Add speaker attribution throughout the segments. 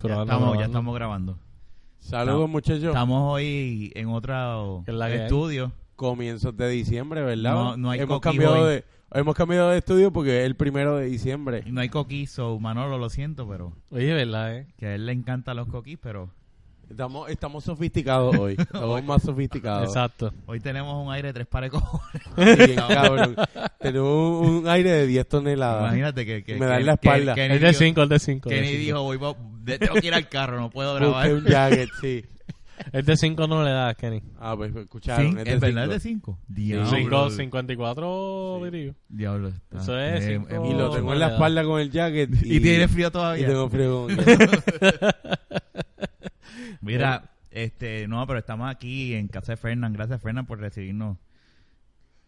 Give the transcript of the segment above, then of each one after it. Speaker 1: Pero
Speaker 2: ya,
Speaker 1: anda
Speaker 2: estamos, ya
Speaker 1: grabando.
Speaker 2: estamos grabando.
Speaker 3: Saludos,
Speaker 2: Estamos-
Speaker 3: muchachos.
Speaker 2: Estamos hoy en otro
Speaker 1: Es la que hay.
Speaker 2: estudio.
Speaker 3: Comienzos de diciembre, ¿verdad?
Speaker 2: No, no hay
Speaker 3: hemos
Speaker 2: coqui
Speaker 3: cambiado
Speaker 2: boy.
Speaker 3: de Hemos cambiado de estudio porque es el primero de diciembre.
Speaker 2: No hay coquís, so Manolo, lo siento, pero
Speaker 1: Oye, ¿verdad, eh?
Speaker 2: que a él le encantan los coquís, pero
Speaker 3: Estamos, estamos sofisticados hoy. Estamos más sofisticados.
Speaker 1: Exacto.
Speaker 2: hoy tenemos un aire de tres pares de cojones.
Speaker 3: Bien, cabrón. Tenemos un, un aire de 10 toneladas.
Speaker 2: Imagínate que... que
Speaker 3: Ah. Me dan
Speaker 2: que-
Speaker 3: la
Speaker 2: que-
Speaker 3: espalda.
Speaker 2: que ni
Speaker 1: Es de
Speaker 2: dijo-
Speaker 1: 5, es de 5.
Speaker 2: Kenny dijo, voy, pa- de- tengo que ir al carro, no puedo
Speaker 3: Busqué
Speaker 2: grabar.
Speaker 3: un jacket, sí.
Speaker 1: Es de 5 no le das, Kenny.
Speaker 3: Ah, pues escucharon.
Speaker 2: Sí,
Speaker 3: es de
Speaker 2: ¿Es verdad es
Speaker 3: cinco.
Speaker 2: de 5?
Speaker 3: No,
Speaker 2: Diablo.
Speaker 1: 5,
Speaker 3: bro.
Speaker 1: 54
Speaker 3: Sí.
Speaker 1: virillo.
Speaker 2: Diablo. está-
Speaker 1: Eso es
Speaker 2: eh,
Speaker 1: cinco.
Speaker 3: Y lo tengo en la
Speaker 1: Toneladas.
Speaker 3: espalda con el jacket.
Speaker 2: Y, tiene frío todavía.
Speaker 3: Y tengo frío. con-
Speaker 2: Mira, este, no, pero estamos aquí en casa de Fernán. Gracias, Fernán, por recibirnos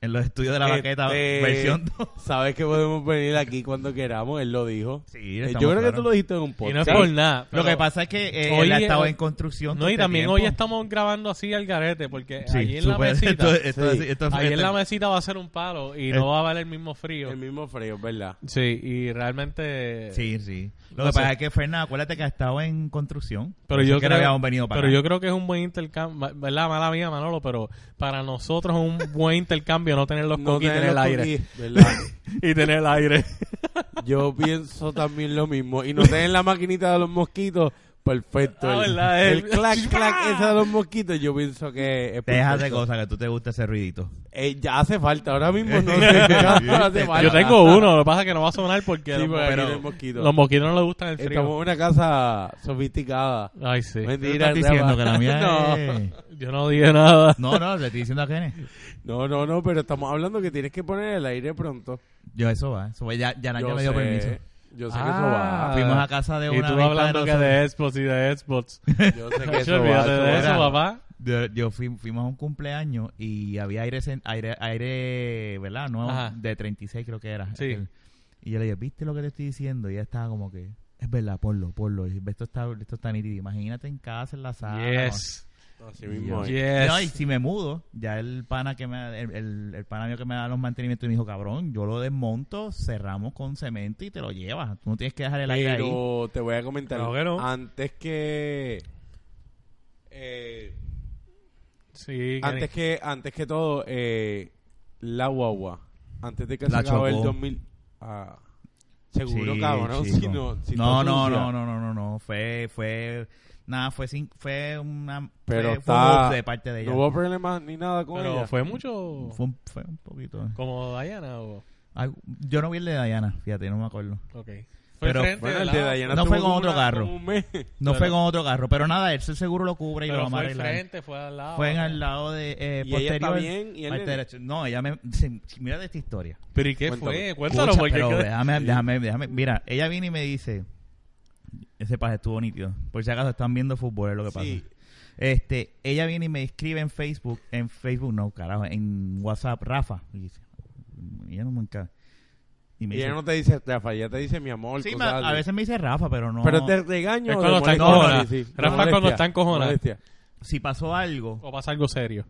Speaker 2: en los estudios de la baqueta,
Speaker 3: Este,
Speaker 2: versión 2.
Speaker 3: Sabes que podemos venir aquí cuando queramos, él lo dijo.
Speaker 2: Sí,
Speaker 3: Eh, Yo
Speaker 2: estamos
Speaker 3: creo que
Speaker 2: claros.
Speaker 3: tú lo dijiste en un
Speaker 1: Y no es
Speaker 3: podcast.
Speaker 1: por nada.
Speaker 2: Lo
Speaker 1: pero-
Speaker 2: que pasa es que eh,
Speaker 1: hoy
Speaker 2: él ha
Speaker 1: es-
Speaker 2: estado en construcción. todo
Speaker 1: No, y
Speaker 2: este
Speaker 1: también
Speaker 2: tiempo.
Speaker 1: hoy estamos grabando así al garete, porque
Speaker 2: Sí,
Speaker 1: allí en la
Speaker 2: súper.
Speaker 1: mesita...
Speaker 2: Esto- esto-
Speaker 3: Sí.
Speaker 2: esto- esto-
Speaker 1: Ahí en la mesita va a ser un palo y no va a valer el mismo frío.
Speaker 3: El mismo frío, ¿verdad?
Speaker 1: Sí, y realmente...
Speaker 2: Sí, sí.
Speaker 1: No
Speaker 2: Lo que
Speaker 1: sé.
Speaker 2: pasa es que Fernán, acuérdate que ha estado en construcción.
Speaker 1: Pero
Speaker 2: Por eso
Speaker 1: yo,
Speaker 2: es que
Speaker 1: creo,
Speaker 2: no habíamos venido para
Speaker 1: pero
Speaker 2: acá.
Speaker 1: yo creo que es un buen intercambio, ¿verdad? Mala mía, Manolo, pero para nosotros es un buen intercambio no tener los
Speaker 3: No
Speaker 1: coquis y tener
Speaker 3: tener
Speaker 1: el
Speaker 3: los
Speaker 1: aire.
Speaker 3: coquis, ¿verdad?
Speaker 1: Y tener el aire.
Speaker 3: Yo pienso también lo mismo. Y no tienen la maquinita de los mosquitos. Perfecto.
Speaker 1: Ah,
Speaker 3: el,
Speaker 1: ¿verdad?
Speaker 3: el
Speaker 1: El-
Speaker 3: clac, clac, ese de los mosquitos, yo pienso que. Es
Speaker 2: Deja de
Speaker 3: perfecto.
Speaker 2: cosas que tú te gusta ese ruidito.
Speaker 3: Eh, ya hace falta, ahora mismo no sé, ya hace falta.
Speaker 1: Yo tengo uno, lo que pasa es que no va a sonar porque
Speaker 3: Ah. Sí,
Speaker 1: los,
Speaker 3: porque aquí no hay
Speaker 1: pero,
Speaker 3: mosquitos.
Speaker 1: los mosquitos no les gustan el frío.
Speaker 3: Estamos en una casa sofisticada.
Speaker 1: Ay, sí. eh,
Speaker 3: Mentira,
Speaker 2: ¿Tú estás diciendo que la mía
Speaker 3: no.
Speaker 2: es-
Speaker 1: Yo no dije nada.
Speaker 2: No, no, le estoy diciendo a Kenneth.
Speaker 3: no, no, no, pero estamos hablando que tienes que poner el aire pronto.
Speaker 2: Yo, eso va. Eso va. Ya, ya, ya
Speaker 3: Yo
Speaker 2: me dio
Speaker 3: sé,
Speaker 2: permiso.
Speaker 3: Yo sé
Speaker 1: Ah.
Speaker 2: Fuimos a casa de
Speaker 1: Y
Speaker 2: una.
Speaker 1: tú
Speaker 2: amistad
Speaker 1: hablando que
Speaker 2: nosotros.
Speaker 1: de Xbox y de Xbox.
Speaker 3: que eso va. Yo sé que
Speaker 1: Nacho,
Speaker 3: eso va.
Speaker 1: olvídate de
Speaker 3: eso
Speaker 1: eso,
Speaker 3: va.
Speaker 1: papá.
Speaker 2: Yo, yo fui- fuimos a un cumpleaños y había aire, sen- aire, aire ¿verdad? No,
Speaker 1: Ajá.
Speaker 2: de 36 creo que era.
Speaker 1: Sí.
Speaker 2: Aquel. Y yo le dije, ¿viste lo que te estoy diciendo? Y ella estaba como que, es verdad, ponlo, ponlo. Y esto está, esto está nítido. Imagínate en casa, en la sala.
Speaker 1: Yes.
Speaker 3: Así mismo. es.
Speaker 1: Yes.
Speaker 2: No, y si me mudo, ya el pana que me, el, el, el pana mío que me da los mantenimientos me dijo, cabrón, yo lo desmonto, cerramos con cemento y te lo llevas. Tú no tienes que dejar el aire ahí.
Speaker 3: Pero te voy a comentar.
Speaker 1: Claro que no.
Speaker 3: Antes que. eh,
Speaker 1: Sí,
Speaker 3: antes
Speaker 1: Kenny.
Speaker 3: que antes que todo, eh, la guagua. Antes de que
Speaker 2: La
Speaker 3: se acabó el
Speaker 2: chocó.
Speaker 3: 2000. Ah, seguro,
Speaker 2: Sí,
Speaker 3: cabrón.
Speaker 2: chico.
Speaker 3: Si no, si
Speaker 2: no,
Speaker 3: está
Speaker 2: no,
Speaker 3: sucia.
Speaker 2: no, no, no, no, no, fue, fue, nada, fue sin, fue una,
Speaker 3: Pero
Speaker 2: fue, fue un
Speaker 3: está-
Speaker 2: ups de parte de ella.
Speaker 3: No hubo problemas ni nada con
Speaker 1: Pero
Speaker 3: ella.
Speaker 1: fue mucho...
Speaker 2: fue, un, fue un poquito.
Speaker 1: Como Diana o...
Speaker 2: Ay, yo no vi el de Diana, fíjate, no me acuerdo.
Speaker 1: Ok.
Speaker 2: Pero-
Speaker 1: frente,
Speaker 3: Bueno, el
Speaker 1: ¿verdad? Eh,
Speaker 3: de Dayana
Speaker 2: No
Speaker 3: tuvo
Speaker 2: fue con
Speaker 3: una-
Speaker 2: otro carro.
Speaker 3: como un mes.
Speaker 2: No
Speaker 1: Pero-
Speaker 2: fue con otro carro, pero nada, él seguro lo cubre y lo
Speaker 1: Pero
Speaker 2: va a
Speaker 1: fue al
Speaker 2: arreglar.
Speaker 1: frente, fue al
Speaker 3: ah,
Speaker 1: lado.
Speaker 2: Fue en el lado de eh,
Speaker 3: Y ella está
Speaker 2: posterior.
Speaker 3: bien, y él-
Speaker 2: parte derecha. No, ella me. sí, Mira de esta historia.
Speaker 1: Pero ¿y qué
Speaker 3: Cuéntame.
Speaker 1: fue? Cuéntalo,
Speaker 2: Escucha,
Speaker 1: porque...
Speaker 2: pero déjame, déjame, déjame. Mira, ella viene y me dice: Ese paje estuvo nítido. Por si acaso están viendo fútbol, es lo que pasa.
Speaker 3: Sí.
Speaker 2: Este, ella viene y me escribe en Facebook, en Facebook no, carajo, en WhatsApp, Rafa. Y dice, ella no me encanta. Y me
Speaker 3: Y ella
Speaker 2: dice,
Speaker 3: no te dice Rafa, ella te dice mi amor.
Speaker 2: sí,
Speaker 3: cosas
Speaker 2: ma- a
Speaker 3: así.
Speaker 2: veces me dice Rafa, pero no.
Speaker 3: Pero te regaño.
Speaker 1: Es
Speaker 3: o
Speaker 1: cuando
Speaker 3: te
Speaker 1: está
Speaker 3: molesta.
Speaker 1: encojonada.
Speaker 3: Sí, sí.
Speaker 1: Rafa es cuando
Speaker 3: Molestia,
Speaker 1: está encojonada.
Speaker 3: molestia.
Speaker 2: Si pasó algo,
Speaker 1: O pasa algo serio.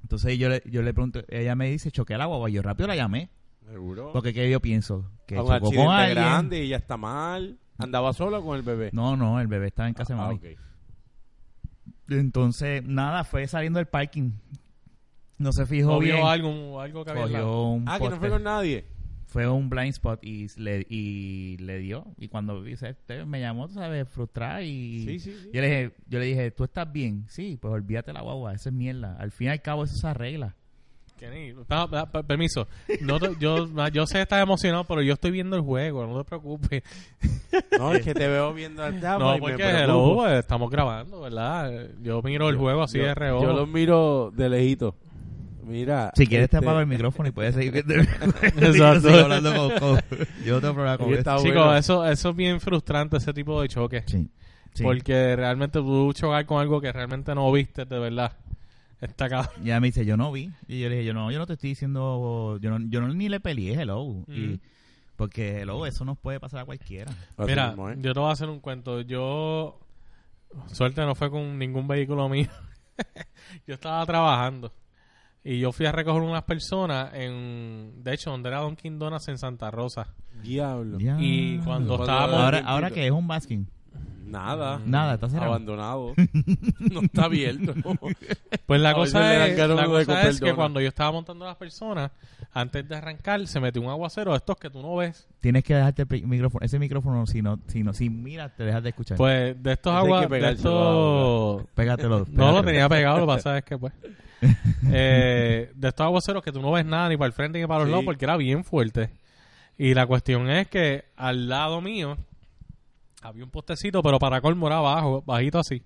Speaker 2: entonces yo le, yo le pregunto, ella me dice, choqué a la guagua, yo rápido la llamé.
Speaker 3: Seguro.
Speaker 2: Porque ¿qué yo pienso? Que
Speaker 3: A un
Speaker 2: chocó con
Speaker 3: accidente
Speaker 2: alguien.
Speaker 3: grande y ya está mal. Andaba sola con el bebé.
Speaker 2: No, no, el bebé estaba en casa de
Speaker 3: Ah,
Speaker 2: mami.
Speaker 3: ok.
Speaker 2: Entonces, nada, fue saliendo del parking. No se fijó
Speaker 1: O
Speaker 2: bien.
Speaker 1: vio algo, algo que había al lado.
Speaker 2: Cogió un
Speaker 3: Ah, que no fue
Speaker 2: poste.
Speaker 3: con nadie.
Speaker 2: fue un blind spot y le, y le dio. Y cuando dice, este, me llamó, tú sabes, frustrada y...
Speaker 3: Sí, sí, sí.
Speaker 2: Yo le, dije, yo le dije, ¿tú estás bien? Sí, pues olvídate la guagua, eso es mierda. Al fin y al cabo eso se arregla.
Speaker 1: Kenny, pa- pa- pa- permiso. No te- yo, na- yo sé que estás emocionado, pero yo estoy viendo el juego, no te preocupes.
Speaker 3: No, es que te veo viendo al Rafa
Speaker 1: No,
Speaker 3: y Ah, pues, me
Speaker 1: porque
Speaker 3: preocupo.
Speaker 1: hello, eh, estamos grabando, ¿verdad? Eh, Yo miro el juego así
Speaker 3: yo,
Speaker 1: de reojo.
Speaker 3: Yo lo miro de lejito. Mira.
Speaker 2: Si quieres te
Speaker 3: este,
Speaker 2: apago el micrófono y puedes seguir viendo el-
Speaker 1: Exacto.
Speaker 2: Yo sigo hablando con, con- Yo no tengo problema con
Speaker 3: Oye,
Speaker 2: esto.
Speaker 3: está
Speaker 1: Chicos,
Speaker 3: bueno.
Speaker 1: eso, eso es bien frustrante, ese tipo de choque.
Speaker 2: Sí, sí.
Speaker 1: Porque realmente tú chocar con algo que realmente no viste, de verdad. Está acá.
Speaker 2: Y ella me dice, yo no vi. Y yo le dije, yo no, yo no te estoy diciendo... Yo no, yo no ni le peleé, hello. Y- porque, hello, eso nos puede pasar a cualquiera.
Speaker 3: así
Speaker 1: Mira,
Speaker 3: mismo, ¿eh?
Speaker 1: yo te voy a hacer un cuento. Yo, suerte, no fue con ningún vehículo mío. yo estaba trabajando y yo fui a recoger unas personas en, de hecho, donde era Dunkin' Donuts en Santa Rosa.
Speaker 3: Diablo.
Speaker 1: Y cuando
Speaker 3: Cuando
Speaker 2: Ah.
Speaker 1: estábamos...
Speaker 2: Ahora,
Speaker 3: tiempito.
Speaker 2: ahora que es un basking.
Speaker 3: Nada.
Speaker 2: Nada, está cerrado.
Speaker 3: Abandonado. no está abierto.
Speaker 1: Pues la
Speaker 3: A veces
Speaker 1: cosa
Speaker 3: le
Speaker 1: es,
Speaker 3: dan ganas
Speaker 1: la
Speaker 3: uno de
Speaker 1: cosa
Speaker 3: comer
Speaker 1: es que
Speaker 3: dona.
Speaker 1: cuando yo estaba montando a las personas, antes de arrancar, se metió un aguacero de estos que tú no ves.
Speaker 2: Tienes que dejarte el pri- micrófono, ese micrófono, si no, si no, si mira, te dejas de escuchar.
Speaker 1: Pues de estos
Speaker 3: Ese hay que
Speaker 1: aguas, de
Speaker 3: pegárselo
Speaker 1: estos...
Speaker 2: pégatelo.
Speaker 1: No lo
Speaker 2: pégatelo.
Speaker 1: tenía pegado, lo que pasa es que pues... eh, de estos aguaceros que tú no ves nada ni para el frente ni para los
Speaker 3: Sí.
Speaker 1: lados porque era bien fuerte. Y la cuestión es que al lado mío había un postecito, pero para colmo era abajo, bajito así.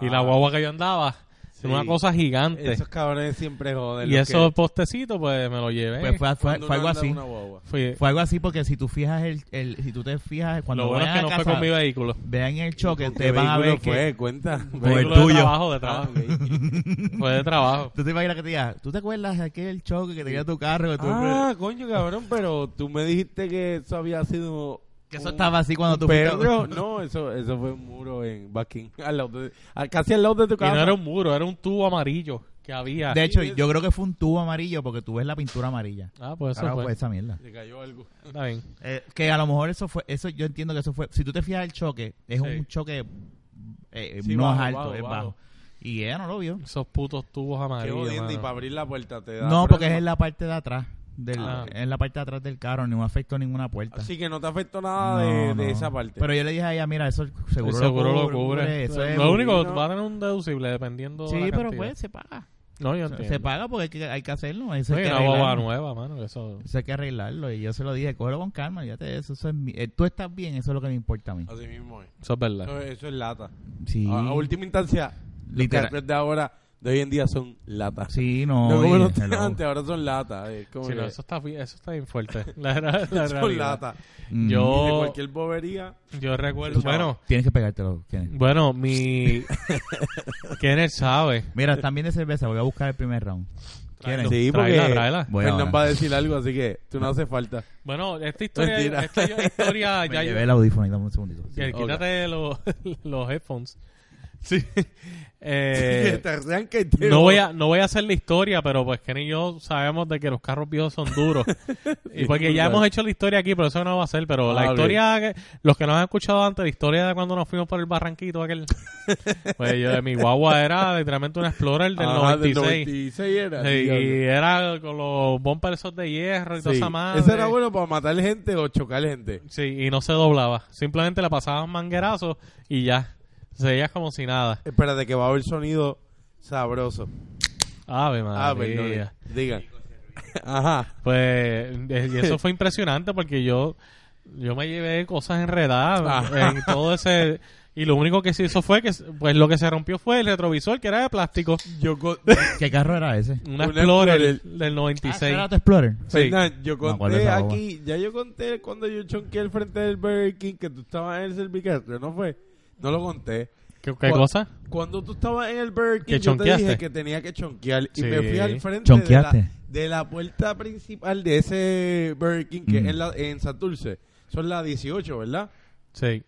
Speaker 1: Y la
Speaker 3: Ah.
Speaker 1: guagua que yo andaba,
Speaker 3: Sí.
Speaker 1: era una cosa gigante.
Speaker 3: Esos cabrones siempre joden.
Speaker 1: y
Speaker 3: los
Speaker 1: esos
Speaker 3: que-
Speaker 1: postecitos pues me lo llevé.
Speaker 2: Pues fue, fue-
Speaker 3: cuando
Speaker 2: fue
Speaker 3: uno
Speaker 2: algo
Speaker 3: anda en
Speaker 2: así.
Speaker 3: una guagua.
Speaker 1: Fui-
Speaker 2: Fue algo así porque si tú fijas el, el- si tú te fijas cuando
Speaker 1: lo bueno es que
Speaker 2: vayan
Speaker 1: no
Speaker 2: a
Speaker 1: fue
Speaker 2: casa,
Speaker 1: con mi vehículo.
Speaker 2: vean el choque,
Speaker 3: ¿Con
Speaker 2: te
Speaker 3: qué
Speaker 2: van a ver
Speaker 3: vehículo
Speaker 2: que
Speaker 3: fue? Cuenta.
Speaker 2: Con el
Speaker 1: Vehículo de
Speaker 2: tuyo. Ah.
Speaker 1: trabajo, de
Speaker 3: Ah,
Speaker 1: trabajo.
Speaker 3: ok.
Speaker 1: Fue de trabajo.
Speaker 2: tú te imaginas que te diga, ¿tú te acuerdas de aquel choque que tenía tu carro? Que, tú-
Speaker 3: Ah, coño, cabrón, pero tú me dijiste que eso había sido...
Speaker 2: que eso
Speaker 3: un-
Speaker 2: estaba así cuando
Speaker 3: un
Speaker 2: tú fuiste-
Speaker 3: perro. No, eso, eso fue un muro en Bucking. Al lado de- al- casi al lado de tu
Speaker 1: Y
Speaker 3: casa.
Speaker 1: no era un muro, era un tubo amarillo que había.
Speaker 2: De hecho, yo creo que fue un tubo amarillo porque tú ves la pintura amarilla.
Speaker 1: Ah, pues eso
Speaker 2: Carajo,
Speaker 1: fue.
Speaker 2: pues, esa mierda.
Speaker 3: Le cayó algo.
Speaker 1: Está bien.
Speaker 2: Eh, que a lo mejor eso fue, eso yo entiendo que eso fue, si tú te fijas el choque, es
Speaker 1: Sí.
Speaker 2: un choque eh,
Speaker 3: Sí,
Speaker 2: no es
Speaker 3: bajo,
Speaker 2: alto,
Speaker 3: bajo,
Speaker 2: es bajo.
Speaker 3: bajo.
Speaker 2: Y ella no lo vio.
Speaker 1: Esos putos tubos
Speaker 3: Qué
Speaker 1: amarillos.
Speaker 3: jodiendo, y
Speaker 1: mano.
Speaker 3: para abrir la puerta te da
Speaker 2: No, porque es en
Speaker 3: problema.
Speaker 2: la parte de atrás, del,
Speaker 1: Ah.
Speaker 2: en la parte de atrás del carro, no afectó ninguna puerta.
Speaker 3: Así que no te afectó nada
Speaker 1: ah,
Speaker 2: No,
Speaker 3: de, de
Speaker 2: no.
Speaker 3: esa parte.
Speaker 2: Pero yo le dije a ella, mira, eso seguro,
Speaker 1: El seguro lo cubre.
Speaker 2: Eso es
Speaker 1: lo único,
Speaker 3: bueno.
Speaker 1: va a tener un deducible dependiendo.
Speaker 2: sí,
Speaker 1: la
Speaker 2: pero
Speaker 1: cantidad.
Speaker 2: pues se paga.
Speaker 1: No, yo
Speaker 2: Se-
Speaker 1: entiendo.
Speaker 2: Se paga porque hay que, hay que hacerlo. Eso
Speaker 1: Sí,
Speaker 2: hay que
Speaker 1: una guagua
Speaker 2: arreglarlo.
Speaker 1: nueva, mano. Eso.
Speaker 2: Eso hay que arreglarlo. Y yo se lo dije, cógelo con calma, ya te, eso, eso es mi- eh, tú estás bien, eso es lo que me importa a mí.
Speaker 3: Así mismo es.
Speaker 1: Eso es verdad.
Speaker 3: Eso, eso es lata.
Speaker 2: Sí,
Speaker 3: A, a última instancia,
Speaker 2: Literal.
Speaker 3: los carros de ahora, de hoy en día son lata.
Speaker 2: sí, no.
Speaker 3: no como
Speaker 2: oye,
Speaker 3: los de
Speaker 2: hello.
Speaker 3: antes, ahora son lata. Es como
Speaker 1: Sí,
Speaker 3: que
Speaker 1: no, eso, está, bien- eso está bien fuerte. La, verdad- la
Speaker 3: son
Speaker 1: realidad.
Speaker 3: lata.
Speaker 2: Mm.
Speaker 3: Y de
Speaker 1: Yo,
Speaker 3: cualquier bobería.
Speaker 1: yo recuerdo.
Speaker 3: Sí, chaval.
Speaker 1: Bueno,
Speaker 2: Tienes que pegártelo,
Speaker 3: Mm.
Speaker 2: Kenneth.
Speaker 1: bueno, mi. Kenneth sabe.
Speaker 2: Mira, también de cerveza, voy a buscar el primer round. ¿Quieren?
Speaker 3: Sí, porque
Speaker 1: Tráela, tráela.
Speaker 2: Voy
Speaker 3: Fernán
Speaker 2: ahora.
Speaker 3: pues va a decir algo, así que tú no hace falta.
Speaker 1: Bueno, esta historia.
Speaker 3: Mentira.
Speaker 1: Esta historia
Speaker 2: Me
Speaker 1: ya
Speaker 2: llevé el audífono, ahí, dame un segundito.
Speaker 1: Que-
Speaker 3: ok.
Speaker 1: Quítate los, los headphones. Sí. Eh,
Speaker 3: Que te arranca y te-
Speaker 1: no voy a no voy a hacer la historia, pero pues Kenny y yo sabemos de que los carros viejos son duros. y porque ya
Speaker 3: Brutal.
Speaker 1: hemos hecho la historia aquí, pero eso no va a ser. Pero
Speaker 3: Ah,
Speaker 1: la
Speaker 3: ok.
Speaker 1: historia, que- los que nos han escuchado antes, la historia de cuando nos fuimos por el barranquito aquel. pues yo, mi guagua era literalmente un Explorer del
Speaker 3: Ajá,
Speaker 1: 96.
Speaker 3: era.
Speaker 1: Sí,
Speaker 3: diablo.
Speaker 1: y era con los bumpers esos de hierro y toda
Speaker 3: Sí.
Speaker 1: esa madre.
Speaker 3: Ese era bueno para matar gente o chocar gente.
Speaker 1: Sí, y no se doblaba. Simplemente le pasaban manguerazos y ya. Seguías como si nada.
Speaker 3: Espérate, que va a haber sonido sabroso.
Speaker 1: Ave
Speaker 3: Ah,
Speaker 1: María.
Speaker 3: perdón. Diga. Ajá.
Speaker 1: pues, eh, y eso fue impresionante porque yo, yo me llevé cosas enredadas
Speaker 3: Ah.
Speaker 1: en todo ese... Y lo único que se hizo fue que, pues lo que se rompió fue el retrovisor, que era de plástico.
Speaker 3: Yo con-
Speaker 2: ¿Qué carro era ese?
Speaker 1: Una
Speaker 3: Un
Speaker 1: Explorer del
Speaker 3: Explorer.
Speaker 2: Ah, ¿ese
Speaker 1: 96.
Speaker 2: era tu Explorer?
Speaker 1: Sí.
Speaker 3: Fernan, yo
Speaker 2: Me acuerdo
Speaker 3: conté
Speaker 2: de esa boba.
Speaker 3: aquí, ya yo conté cuando yo chonqué al frente del Burger King que tú estabas en el servicarro, ¿no fue? No lo conté.
Speaker 1: ¿Qué, qué
Speaker 3: Cu-
Speaker 1: cosa?
Speaker 3: Cuando tú estabas en el Burger
Speaker 1: Que
Speaker 3: King, yo te
Speaker 1: chonqueaste.
Speaker 3: dije que tenía que chonquear
Speaker 1: Sí.
Speaker 3: y me fui al frente de
Speaker 2: Chonqueaste.
Speaker 3: la, de la puerta principal de ese Burger King que
Speaker 2: Mm.
Speaker 3: es en, la, en Santurce. Son las 18, ¿verdad?
Speaker 1: Sí.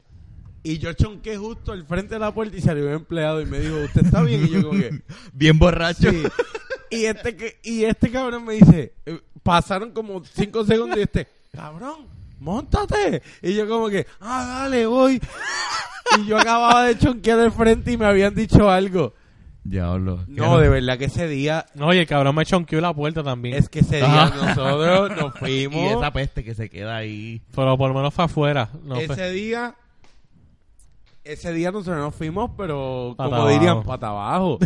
Speaker 3: Y yo chonqué justo al frente de la puerta y salió un empleado y me dijo, ¿usted está bien? Y yo como que...
Speaker 2: Bien borracho.
Speaker 3: Sí. Y este, que, y este cabrón me dice, eh, pasaron como cinco segundos y este, cabrón, montate. Y yo como que, ah, dale, voy. Y yo acababa de chonquear el frente y me habían dicho algo.
Speaker 2: Diablo.
Speaker 3: No, de verdad que ese día,
Speaker 1: Oye, el cabrón me chonqueó la puerta también.
Speaker 3: es que ese día nosotros nos fuimos.
Speaker 2: Y esa peste que se queda ahí.
Speaker 1: Pero por lo menos fue afuera. No fue-
Speaker 2: pues.
Speaker 3: ese día, ese día nosotros nos fuimos, pero
Speaker 1: Pata
Speaker 3: como
Speaker 1: abajo.
Speaker 3: dirían, pata abajo.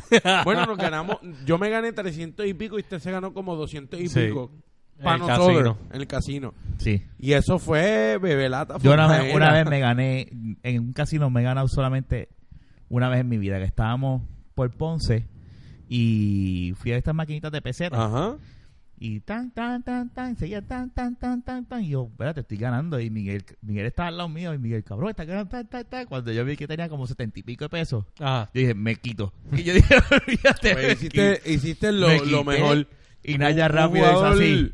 Speaker 3: bueno, nos ganamos, yo me gané 300 y pico y usted se ganó como 200 y
Speaker 1: Sí.
Speaker 3: pico.
Speaker 1: En
Speaker 3: Para
Speaker 1: el
Speaker 3: nosotros,
Speaker 1: casino.
Speaker 3: en el casino.
Speaker 2: Sí.
Speaker 3: Y eso fue bebelata.
Speaker 2: Yo una vez,
Speaker 3: fontanera.
Speaker 2: una vez me gané, en un casino me he ganado solamente una vez en mi vida, que estábamos por Ponce y fui a estas maquinitas de pesetas
Speaker 3: Ajá.
Speaker 2: y tan, tan, tan, tan, seguía tan, tan, tan, tan, tan, y yo, espérate, estoy ganando y Miguel, Miguel estaba al lado mío y Miguel, cabrón, está ganando, tan, tan, tan, cuando yo vi que tenía como setenta y pico de pesos,
Speaker 1: Ajá.
Speaker 2: yo dije, me quito. Y yo dije, olvídate,
Speaker 3: Pues
Speaker 2: me
Speaker 3: hiciste,
Speaker 2: quito.
Speaker 3: hiciste
Speaker 2: Me
Speaker 3: lo,
Speaker 2: quité.
Speaker 3: lo mejor.
Speaker 2: Y Naya
Speaker 3: Un- un
Speaker 2: rápido hizo
Speaker 3: jugador-
Speaker 2: así,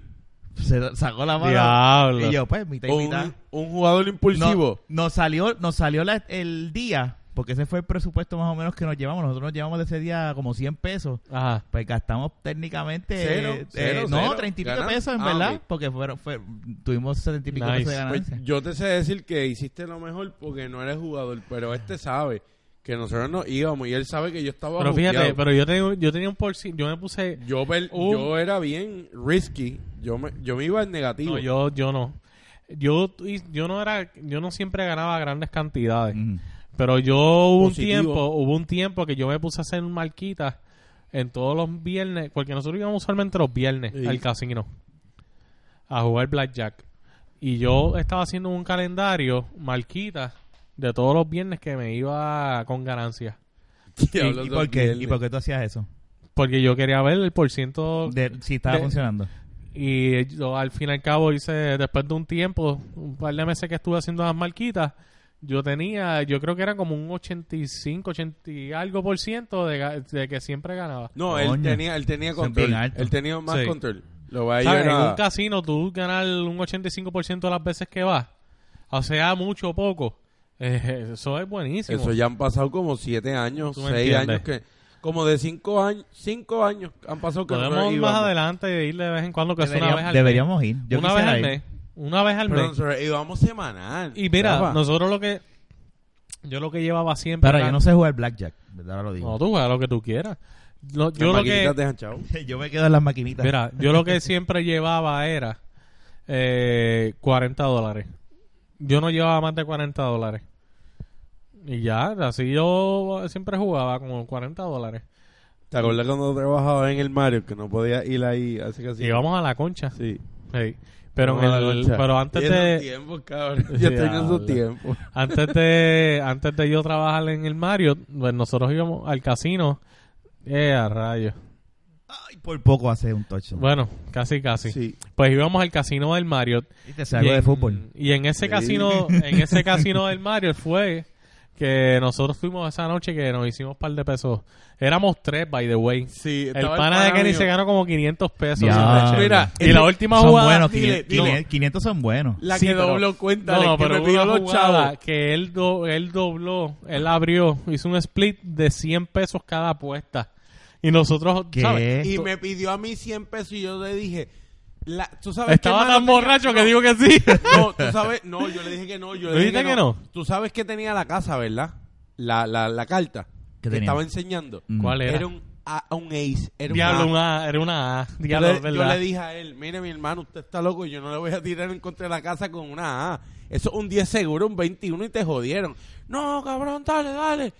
Speaker 2: se sacó la mano
Speaker 1: Diablo.
Speaker 2: y yo, pues, mitad y mitad.
Speaker 3: Un, un jugador impulsivo.
Speaker 2: No- nos salió, nos salió la- el día Porque ese fue el presupuesto más o menos que nos llevamos. Nosotros nos llevamos de ese día como 100 pesos.
Speaker 1: Ajá.
Speaker 2: Pues gastamos técnicamente.
Speaker 3: Cero,
Speaker 2: eh,
Speaker 3: cero,
Speaker 2: eh, no,
Speaker 3: cero.
Speaker 2: 30 y pico
Speaker 3: Ganamos.
Speaker 2: pesos, en
Speaker 3: Ah,
Speaker 2: verdad.
Speaker 3: ok.
Speaker 2: Porque fueron, fue- tuvimos 70 y pico
Speaker 1: Nice.
Speaker 2: pesos de
Speaker 3: Pues
Speaker 2: ganancia.
Speaker 3: yo te sé decir que hiciste lo mejor porque no eres jugador, pero este sabe que nosotros no íbamos y él sabe que yo estaba
Speaker 1: Pero fíjate,
Speaker 3: juqueado.
Speaker 1: pero yo, tengo, yo tenía un por sí- yo me puse...
Speaker 3: yo, per-
Speaker 1: Uh.
Speaker 3: yo era bien risky, yo me, yo me iba en negativo.
Speaker 1: No, yo, yo no. Yo, yo no era, yo no siempre ganaba grandes cantidades.
Speaker 2: Ujú.
Speaker 1: Pero yo hubo un
Speaker 3: Mm. Positivo.
Speaker 1: tiempo, hubo un tiempo que yo me puse a hacer marquitas en todos los viernes, porque nosotros íbamos usualmente los viernes
Speaker 3: Sí.
Speaker 1: al casino a jugar blackjack. Y yo estaba haciendo un calendario, marquitas, de todos los viernes que me iba con ganancias.
Speaker 2: ¿Y, y por qué, ¿Y por qué tú hacías eso?
Speaker 1: Porque yo quería ver el porciento
Speaker 2: De- si estaba
Speaker 1: de-
Speaker 2: funcionando.
Speaker 1: Y yo al fin y al cabo hice, después de un tiempo, un par de meses que estuve haciendo las marquitas, yo tenía, yo creo que era como un 85, 80 y algo por ciento de, ga- de que siempre ganaba.
Speaker 3: No, él
Speaker 2: Coño.
Speaker 3: tenía, él tenía
Speaker 2: Eso es
Speaker 3: control.
Speaker 2: bien alto.
Speaker 3: Él tenía más
Speaker 1: Sí.
Speaker 3: control. Lo voy a
Speaker 1: ¿Sabes?
Speaker 3: llevar
Speaker 1: En
Speaker 3: a-
Speaker 1: un casino tú ganas un 85% de las veces que vas, o sea, mucho o poco, eh, eso es buenísimo.
Speaker 3: Eso ya han pasado como siete años,
Speaker 1: Tú me
Speaker 3: seis
Speaker 1: entiendes.
Speaker 3: años que... Como de cinco años, cinco años han pasado que
Speaker 1: Podemos
Speaker 3: no
Speaker 1: más
Speaker 3: íbamos.
Speaker 1: adelante de ir de vez en cuando, que es pues, una
Speaker 2: Deberíamos,
Speaker 1: vez al
Speaker 2: deberíamos ir.
Speaker 1: mes.
Speaker 2: Yo
Speaker 1: una vez
Speaker 2: quisiera
Speaker 1: al
Speaker 2: ir.
Speaker 1: mes. Una vez al
Speaker 3: Pero
Speaker 1: mes.
Speaker 3: nosotros íbamos semanal.
Speaker 1: Y mira,
Speaker 3: Rafa.
Speaker 1: nosotros lo que, yo lo que llevaba siempre...
Speaker 2: Pero
Speaker 1: era-
Speaker 2: yo no sé jugar blackjack. ¿Verdad? Ahora lo digo.
Speaker 1: No, tú juegas lo que tú quieras. Lo-
Speaker 3: Las
Speaker 1: yo lo que,
Speaker 3: maquinitas dejan chavo.
Speaker 2: Yo me quedo en las maquinitas.
Speaker 1: mira, yo lo que siempre llevaba era eh, 40 dólares. Yo no llevaba más de 40 dólares. Y ya, así yo siempre jugaba con 40 dólares.
Speaker 3: ¿Te acuerdas cuando trabajaba en el Mario que no podía ir ahí? Así que así.
Speaker 1: Íbamos a la concha.
Speaker 3: Sí.
Speaker 1: Sí. Pero, en
Speaker 3: Íbamos a la
Speaker 1: el-
Speaker 3: lucha.
Speaker 1: pero antes
Speaker 3: Y esos
Speaker 1: de
Speaker 3: tiempos, cabrón. Yo estoy en
Speaker 1: Diablo.
Speaker 3: esos tiempos.
Speaker 1: antes de antes de yo trabajar en el Mario, pues nosotros íbamos al casino. Eh, a rayos.
Speaker 2: Ay, por poco hace un touchdown.
Speaker 1: Bueno, casi casi.
Speaker 3: Sí.
Speaker 1: Pues íbamos al casino del Mario
Speaker 2: Viste, se algo de fútbol.
Speaker 1: Y en ese
Speaker 3: Sí.
Speaker 1: casino, en ese casino del Mario fue que nosotros fuimos esa noche que nos hicimos un par de pesos. Éramos tres, by the way.
Speaker 3: Sí,
Speaker 1: El
Speaker 3: estaba
Speaker 1: pana de Kenny
Speaker 3: mío.
Speaker 1: se ganó como 500 pesos.
Speaker 2: Ya.
Speaker 1: esa noche.
Speaker 3: Mira,
Speaker 1: y la última
Speaker 2: Son
Speaker 1: jugada...
Speaker 2: buenos.
Speaker 3: dile,
Speaker 2: 500,
Speaker 3: dile.
Speaker 2: 500 son buenos.
Speaker 3: La
Speaker 1: Sí,
Speaker 3: que
Speaker 1: pero-
Speaker 3: dobló cuenta,
Speaker 1: No, no,
Speaker 3: la que
Speaker 1: pero
Speaker 3: me
Speaker 1: hubo
Speaker 3: pidió
Speaker 1: una
Speaker 3: los
Speaker 1: jugada
Speaker 3: chavos.
Speaker 1: que él, do- él dobló, él abrió, hizo un split de 100 pesos cada apuesta. Y nosotros,
Speaker 2: ¿Qué?
Speaker 1: ¿sabes?
Speaker 3: Y
Speaker 1: Tú-
Speaker 3: me pidió a mí 100 pesos y yo le dije... La, ¿tú sabes qué
Speaker 1: Estaba
Speaker 3: mano
Speaker 1: tan
Speaker 3: tenía?
Speaker 1: borracho que
Speaker 3: No.
Speaker 1: digo que sí.
Speaker 3: No, tú sabes, no, yo le dije que no. Yo
Speaker 1: ¿Le
Speaker 3: le dije
Speaker 1: dijiste
Speaker 3: que,
Speaker 1: que
Speaker 3: no.
Speaker 1: no?
Speaker 3: Tú sabes que tenía la casa, ¿verdad? La, la, la carta
Speaker 2: ¿Qué
Speaker 3: que
Speaker 2: tenía?
Speaker 3: estaba enseñando.
Speaker 2: Mm.
Speaker 1: ¿Cuál era?
Speaker 3: Era, un, A- un ace. Era un
Speaker 1: Diablo,
Speaker 3: A.
Speaker 1: una, era una A.
Speaker 3: Yo
Speaker 1: Diablo,
Speaker 3: le, yo
Speaker 1: ¿verdad?
Speaker 3: le dije a él, mire mi hermano, usted está loco, yo no le voy a tirar en contra de la casa con una A. Eso es un 10 seguro, un 21 y te jodieron. No, cabrón, dale, dale.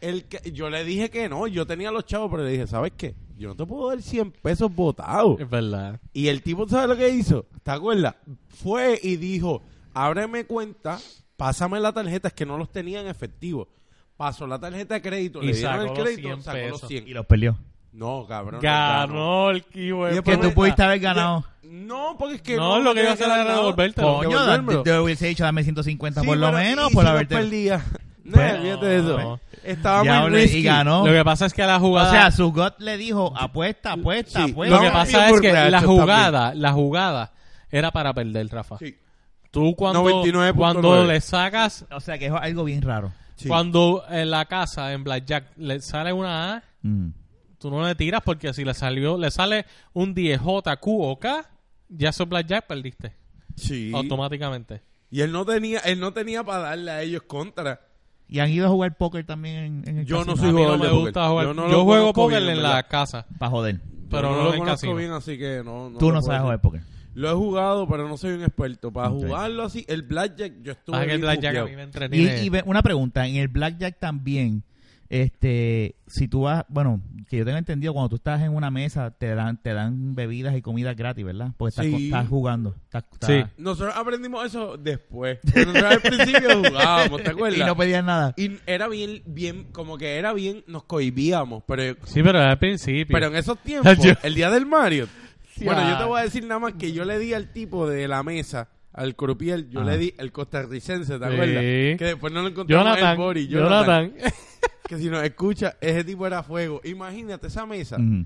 Speaker 3: El que- yo le dije que no, yo tenía los chavos, pero le dije, ¿sabes qué? Yo no te puedo dar 100 pesos botados.
Speaker 1: Es verdad.
Speaker 3: Y el tipo, ¿sabes lo que hizo? ¿Te acuerdas? Fue y dijo, ábreme cuenta, pásame la tarjeta, es que no los tenía en efectivo. Pasó la tarjeta de crédito,
Speaker 1: Y
Speaker 3: le dieron
Speaker 1: sacó
Speaker 3: el
Speaker 1: los
Speaker 3: crédito,
Speaker 1: 100
Speaker 3: sacó
Speaker 1: pesos.
Speaker 3: los 100.
Speaker 2: Y los perdió.
Speaker 3: No, cabrón. no ganó.
Speaker 1: Ganó el kiwi.
Speaker 3: Y después
Speaker 2: Que tú
Speaker 3: me-
Speaker 2: pudiste haber
Speaker 3: Ya-
Speaker 2: ganado.
Speaker 3: No, porque es que...
Speaker 1: No, lo que iba a hacer
Speaker 3: tenía
Speaker 1: era
Speaker 3: nada.
Speaker 1: devolvértelo.
Speaker 3: Coño,
Speaker 2: Coño, da-
Speaker 3: devolvérmelo.
Speaker 2: te hubiese dicho dame 150
Speaker 3: Sí,
Speaker 2: por lo
Speaker 3: pero-
Speaker 2: menos
Speaker 3: y
Speaker 2: por
Speaker 3: si los
Speaker 2: haberte.
Speaker 3: perdía. No,
Speaker 2: Pues-
Speaker 3: fíjate de eso.
Speaker 1: No.
Speaker 3: Estaba
Speaker 2: Ya,
Speaker 3: muy
Speaker 2: hombre,
Speaker 3: risky.
Speaker 2: y ganó.
Speaker 1: Lo que pasa es que la
Speaker 2: O
Speaker 1: jugada.
Speaker 2: sea, su gut le dijo apuesta, apuesta,
Speaker 3: Ah. Sí,
Speaker 2: apuesta.
Speaker 1: lo que
Speaker 3: no,
Speaker 1: pasa
Speaker 3: yo
Speaker 1: es que
Speaker 3: borracho
Speaker 1: la
Speaker 3: también.
Speaker 1: jugada, la jugada era para perder, Rafa.
Speaker 3: Sí,
Speaker 1: Tú cuando,
Speaker 3: 99.9.
Speaker 1: cuando le sacas,
Speaker 2: O sea, que es algo bien raro.
Speaker 3: sí.
Speaker 1: cuando en la casa en Blackjack le sale una A,
Speaker 2: Mm.
Speaker 1: tú no le tiras porque si le salió, le sale un 10 J, Q o K, ya eso es Blackjack perdiste
Speaker 3: Sí.
Speaker 1: automáticamente.
Speaker 3: Y él no tenía, él no tenía para darle a ellos contra.
Speaker 2: Y han ido a jugar póker también en, en el
Speaker 3: Yo no
Speaker 1: A
Speaker 2: casino.
Speaker 1: mí
Speaker 3: soy
Speaker 1: no
Speaker 3: jugador
Speaker 1: me
Speaker 3: de
Speaker 1: gusta
Speaker 3: póker.
Speaker 1: jugar. Yo,
Speaker 3: Yo no lo
Speaker 1: juego
Speaker 3: conozco
Speaker 1: póker
Speaker 3: bien,
Speaker 1: en
Speaker 3: ¿verdad?
Speaker 1: la casa,
Speaker 2: Para joder.
Speaker 1: pero
Speaker 3: Yo
Speaker 1: no,
Speaker 3: lo
Speaker 1: en el
Speaker 3: conozco
Speaker 1: casino.
Speaker 3: bien, así que no. no
Speaker 2: Tú
Speaker 3: lo
Speaker 2: no
Speaker 3: puedo
Speaker 2: sabes
Speaker 3: decir.
Speaker 2: jugar póker.
Speaker 3: Lo he jugado, pero no soy un experto. Para
Speaker 2: Ok.
Speaker 3: jugarlo así, el blackjack, yo estuve.
Speaker 1: Pasa Ah, que el
Speaker 3: bien
Speaker 1: Blackjack a
Speaker 3: juqueado.
Speaker 1: mí me
Speaker 2: Y,
Speaker 1: entretiene.
Speaker 2: y ve- una pregunta, en el blackjack también, este, si tú vas, bueno, que yo tengo entendido, cuando tú estás en una mesa te dan, te dan bebidas y comida gratis, ¿verdad? Porque estás,
Speaker 3: Sí.
Speaker 2: co- estás jugando. estás- estás-
Speaker 1: Sí.
Speaker 3: Nosotros aprendimos eso después. Pero Nosotros al principio jugábamos, ¿te acuerdas?
Speaker 2: Y no pedían nada.
Speaker 3: Y era bien, bien, como que era bien, nos cohibíamos, pero,
Speaker 1: Sí, pero al principio.
Speaker 3: pero en esos tiempos,
Speaker 1: Yo-
Speaker 3: el día del Mario,
Speaker 1: Sí,
Speaker 3: bueno,
Speaker 1: ah.
Speaker 3: yo te voy a decir nada más que yo le di al tipo de la mesa, al croupier, yo
Speaker 2: Ah.
Speaker 3: le di al costarricense, ¿te
Speaker 1: Sí.
Speaker 3: acuerdas? Que después no lo encontramos en el
Speaker 1: Jonathan,
Speaker 3: body, Jonathan,
Speaker 1: Jonathan.
Speaker 3: Que si nos escucha, ese tipo era fuego. Imagínate esa mesa.
Speaker 2: Ujú.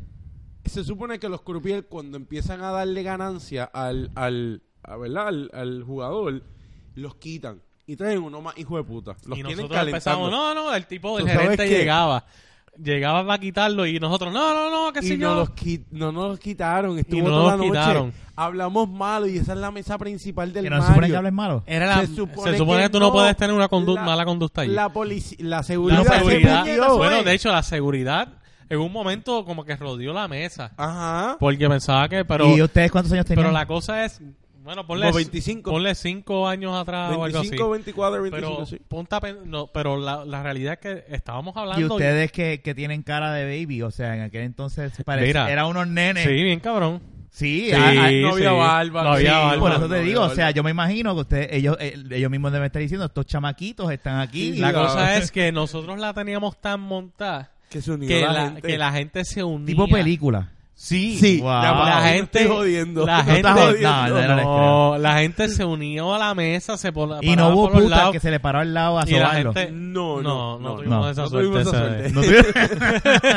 Speaker 3: Se supone que los croupier cuando empiezan a darle ganancia al, al, a- ¿verdad? al, al jugador, los quitan. y traen uno más hijo de puta. Los
Speaker 1: y
Speaker 3: tienen
Speaker 1: nosotros empezamos,
Speaker 3: calentando.
Speaker 1: no, no, el tipo del
Speaker 3: ¿Tú sabes
Speaker 1: gerente
Speaker 3: qué?
Speaker 1: llegaba. Llegaba para quitarlo y nosotros, no, no, no, qué
Speaker 3: y
Speaker 1: sé
Speaker 3: no,
Speaker 1: yo.
Speaker 3: los qui- no nos los quitaron. Estuvo
Speaker 1: no
Speaker 3: toda
Speaker 1: los
Speaker 3: la noche.
Speaker 1: quitaron.
Speaker 3: Hablamos malo y esa es la mesa principal del
Speaker 2: Que no se supone que
Speaker 3: Mario.
Speaker 2: hables malo.
Speaker 1: Era la-
Speaker 3: se
Speaker 1: se
Speaker 3: supone
Speaker 1: supone,
Speaker 3: que
Speaker 1: que, tú no
Speaker 3: no.
Speaker 1: puedes tener una condu-
Speaker 3: La-
Speaker 1: mala conducta ahí.
Speaker 3: La policía, la
Speaker 1: La
Speaker 3: seguridad. se
Speaker 1: seguridad.
Speaker 3: perdió,
Speaker 1: Bueno,
Speaker 3: güey.
Speaker 1: de hecho, la seguridad en un momento como que rodeó la mesa.
Speaker 3: Ajá.
Speaker 1: Porque pensaba que, pero,
Speaker 2: ¿Y ustedes cuántos años tenían?
Speaker 1: pero la cosa es, bueno, ponle,
Speaker 3: Como 25.
Speaker 1: ponle cinco años atrás ah, o algo así.
Speaker 3: 25, 24, 25,
Speaker 1: Pero,
Speaker 3: sí.
Speaker 1: ponte a pen- no, pero la, la realidad es que estábamos hablando.
Speaker 2: Y ustedes que, que tienen cara de baby, o sea, en aquel entonces parecía,
Speaker 1: Mira.
Speaker 2: era unos nenes.
Speaker 1: Sí, bien cabrón.
Speaker 2: Sí,
Speaker 1: Sí,
Speaker 2: a- a-
Speaker 3: no había
Speaker 1: sí.
Speaker 3: barba,
Speaker 1: No había
Speaker 3: sí,
Speaker 1: barba.
Speaker 2: por
Speaker 3: no,
Speaker 2: eso te
Speaker 3: no,
Speaker 2: digo,
Speaker 3: no,
Speaker 2: o sea, yo me imagino que ustedes, ellos, eh, ellos mismos deben estar diciendo, estos chamaquitos están aquí.
Speaker 3: Sí,
Speaker 2: y-
Speaker 1: La
Speaker 3: Claro.
Speaker 1: cosa es que nosotros la teníamos tan montada
Speaker 3: que se unió
Speaker 1: que
Speaker 3: la,
Speaker 1: la,
Speaker 3: gente.
Speaker 1: que la gente se unía.
Speaker 2: tipo película.
Speaker 1: Sí.
Speaker 3: Sí,
Speaker 2: Wow.
Speaker 3: ya,
Speaker 1: La
Speaker 3: no te
Speaker 1: gente-
Speaker 3: estoy jodiendo.
Speaker 1: la
Speaker 3: No te
Speaker 1: gente-
Speaker 3: estoy
Speaker 1: no,
Speaker 3: jodiendo.
Speaker 2: no, no, no.
Speaker 1: No, la gente se unió a la mesa, se pon-
Speaker 2: Y
Speaker 1: paraba
Speaker 2: no hubo
Speaker 1: por los
Speaker 2: puta
Speaker 1: lados.
Speaker 2: que se le paró al lado a
Speaker 1: Y la
Speaker 2: sobarlo.
Speaker 1: gente-
Speaker 3: No,
Speaker 1: No,
Speaker 3: no,
Speaker 1: no
Speaker 3: no,
Speaker 1: tuvimos
Speaker 2: no.
Speaker 1: esa
Speaker 3: No
Speaker 1: suerte.
Speaker 3: tuvimos esa
Speaker 1: ¿sabes?
Speaker 3: suerte.
Speaker 2: No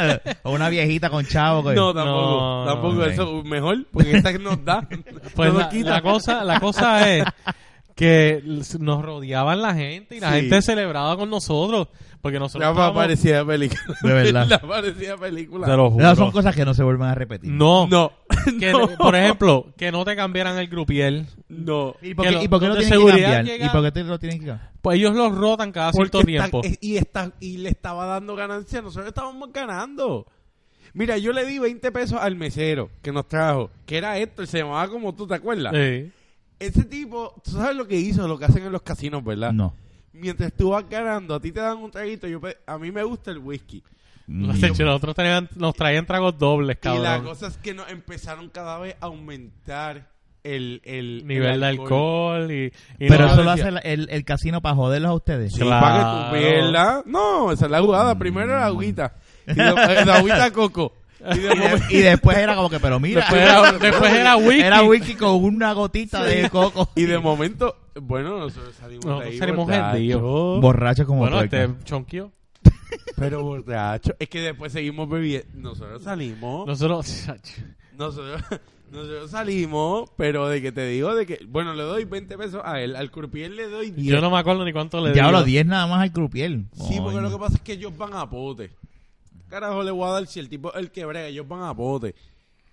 Speaker 2: tuvieron- o una viejita con chavo. que-
Speaker 3: No, tampoco.
Speaker 1: No,
Speaker 3: tampoco
Speaker 2: no.
Speaker 3: eso. Mejor, porque esta que nos da.
Speaker 1: Pues
Speaker 3: no nos
Speaker 1: la,
Speaker 3: quita.
Speaker 1: la cosa, la cosa es que l- nos rodeaban la gente y la
Speaker 3: Sí.
Speaker 1: gente celebraba con nosotros. Porque nosotros
Speaker 3: Ya
Speaker 1: estábamos-
Speaker 3: parecía película.
Speaker 2: De verdad.
Speaker 3: Ya parecía película.
Speaker 1: Te lo juro.
Speaker 2: Esas son cosas que no se vuelven a repetir.
Speaker 1: No.
Speaker 3: No.
Speaker 1: Que,
Speaker 3: no.
Speaker 1: Por ejemplo, que no te cambiaran el grupiel.
Speaker 3: No.
Speaker 2: ¿Y por
Speaker 1: Que
Speaker 2: qué,
Speaker 1: lo-
Speaker 2: y por qué lo
Speaker 1: los de
Speaker 2: tienen que
Speaker 1: seguridad
Speaker 2: cambiar?
Speaker 1: llegan-
Speaker 2: ¿Y por qué te lo tienen que cambiar?
Speaker 1: Pues ellos los rotan cada cierto
Speaker 3: Porque está-
Speaker 1: tiempo.
Speaker 3: es- y, está, y le estaba dando ganancia. Nosotros estábamos ganando. Mira, yo le di 20 pesos al mesero que nos trajo, que era Héctor, se llamaba como tú, ¿te acuerdas?
Speaker 1: Sí.
Speaker 3: Ese tipo, tú sabes lo que hizo, lo que hacen en los casinos, ¿verdad?
Speaker 2: No.
Speaker 3: Mientras tú vas ganando, a ti te dan un traguito, yo pe- a mí me gusta el whisky.
Speaker 2: Mm.
Speaker 1: Los de hecho, nosotros tenían- nos traían tragos dobles,
Speaker 3: Y la
Speaker 1: cabrón.
Speaker 3: cosa es que nos empezaron cada vez a aumentar el, el
Speaker 1: Nivel
Speaker 3: el
Speaker 1: de alcohol y, y
Speaker 2: Pero
Speaker 1: no-
Speaker 2: eso lo
Speaker 3: decía-
Speaker 2: hace el, el- el casino para joderlos a ustedes.
Speaker 3: Sí,
Speaker 1: Claro.
Speaker 3: para que tú veas la- No, esa es la jugada. Primero la agüita. Y después la agüita coco. Y
Speaker 2: Y, de-
Speaker 3: después
Speaker 2: y después era como que, pero mira,
Speaker 1: después era, después era whisky.
Speaker 2: era whisky con una gotita de coco.
Speaker 3: Y de momento, bueno, nosotros salimos
Speaker 1: No,
Speaker 3: de ahí
Speaker 1: salimos
Speaker 3: borrachos.
Speaker 1: hendidos.
Speaker 2: Borracho como
Speaker 1: Bueno,
Speaker 2: tuerca.
Speaker 1: este chonquio.
Speaker 3: Pero borracho. Es que después seguimos bebiendo. Nosotros salimos.
Speaker 1: Nosotros.
Speaker 3: Nosotros, nosotros salimos. Pero de que te digo, de que. Bueno, le doy 20 pesos a él. Al curpiel le doy 10.
Speaker 1: Yo no me acuerdo ni cuánto le di.
Speaker 2: Diablo, 10 nada más al crupiel.
Speaker 3: Sí, porque lo que pasa es que ellos van a pote. Carajo, le voy a dar si el tipo es el que brega, ellos van a pote.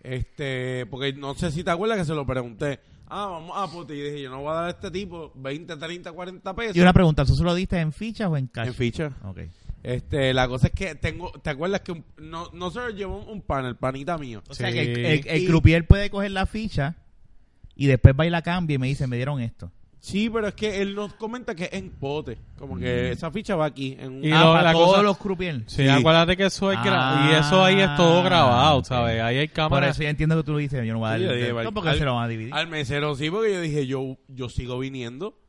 Speaker 3: Este, porque no sé si te acuerdas que se lo pregunté. Ah, vamos a pote. Y dije, yo no voy a dar a este tipo 20, 30, 40 pesos.
Speaker 2: Y una pregunta, ¿tú se lo diste en fichas o en cash?
Speaker 3: en ficha.
Speaker 2: Ok.
Speaker 3: Este, la cosa es que tengo, ¿te acuerdas que un- no, no se lo llevó un pan, el panita mío?
Speaker 2: O sea que el,
Speaker 1: Sí.
Speaker 2: el, el
Speaker 3: Y-
Speaker 2: crupier puede coger la ficha y después va y la cambia y me dice, me dieron esto.
Speaker 3: Sí, pero es que él nos comenta que es en pote. Como
Speaker 2: Mm.
Speaker 3: que esa ficha va aquí. En un-
Speaker 1: Y
Speaker 2: ah,
Speaker 1: lo-
Speaker 2: para
Speaker 1: la
Speaker 2: todos
Speaker 1: cosa-
Speaker 2: los croupiers.
Speaker 1: Sí,
Speaker 3: Sí.
Speaker 1: acuérdate que eso es gra-
Speaker 2: Ah,
Speaker 1: y eso ahí es todo grabado,
Speaker 2: ok.
Speaker 1: ¿sabes? Ahí hay
Speaker 2: Por
Speaker 1: cámaras.
Speaker 2: eso ya entiendo que tú lo dices, yo no voy a
Speaker 3: Sí, yo
Speaker 2: darle
Speaker 3: dije,
Speaker 2: esto
Speaker 3: vale,
Speaker 2: porque
Speaker 3: al-
Speaker 2: se lo van a dividir.
Speaker 3: Al mesero sí, porque yo dije, yo, yo sigo viniendo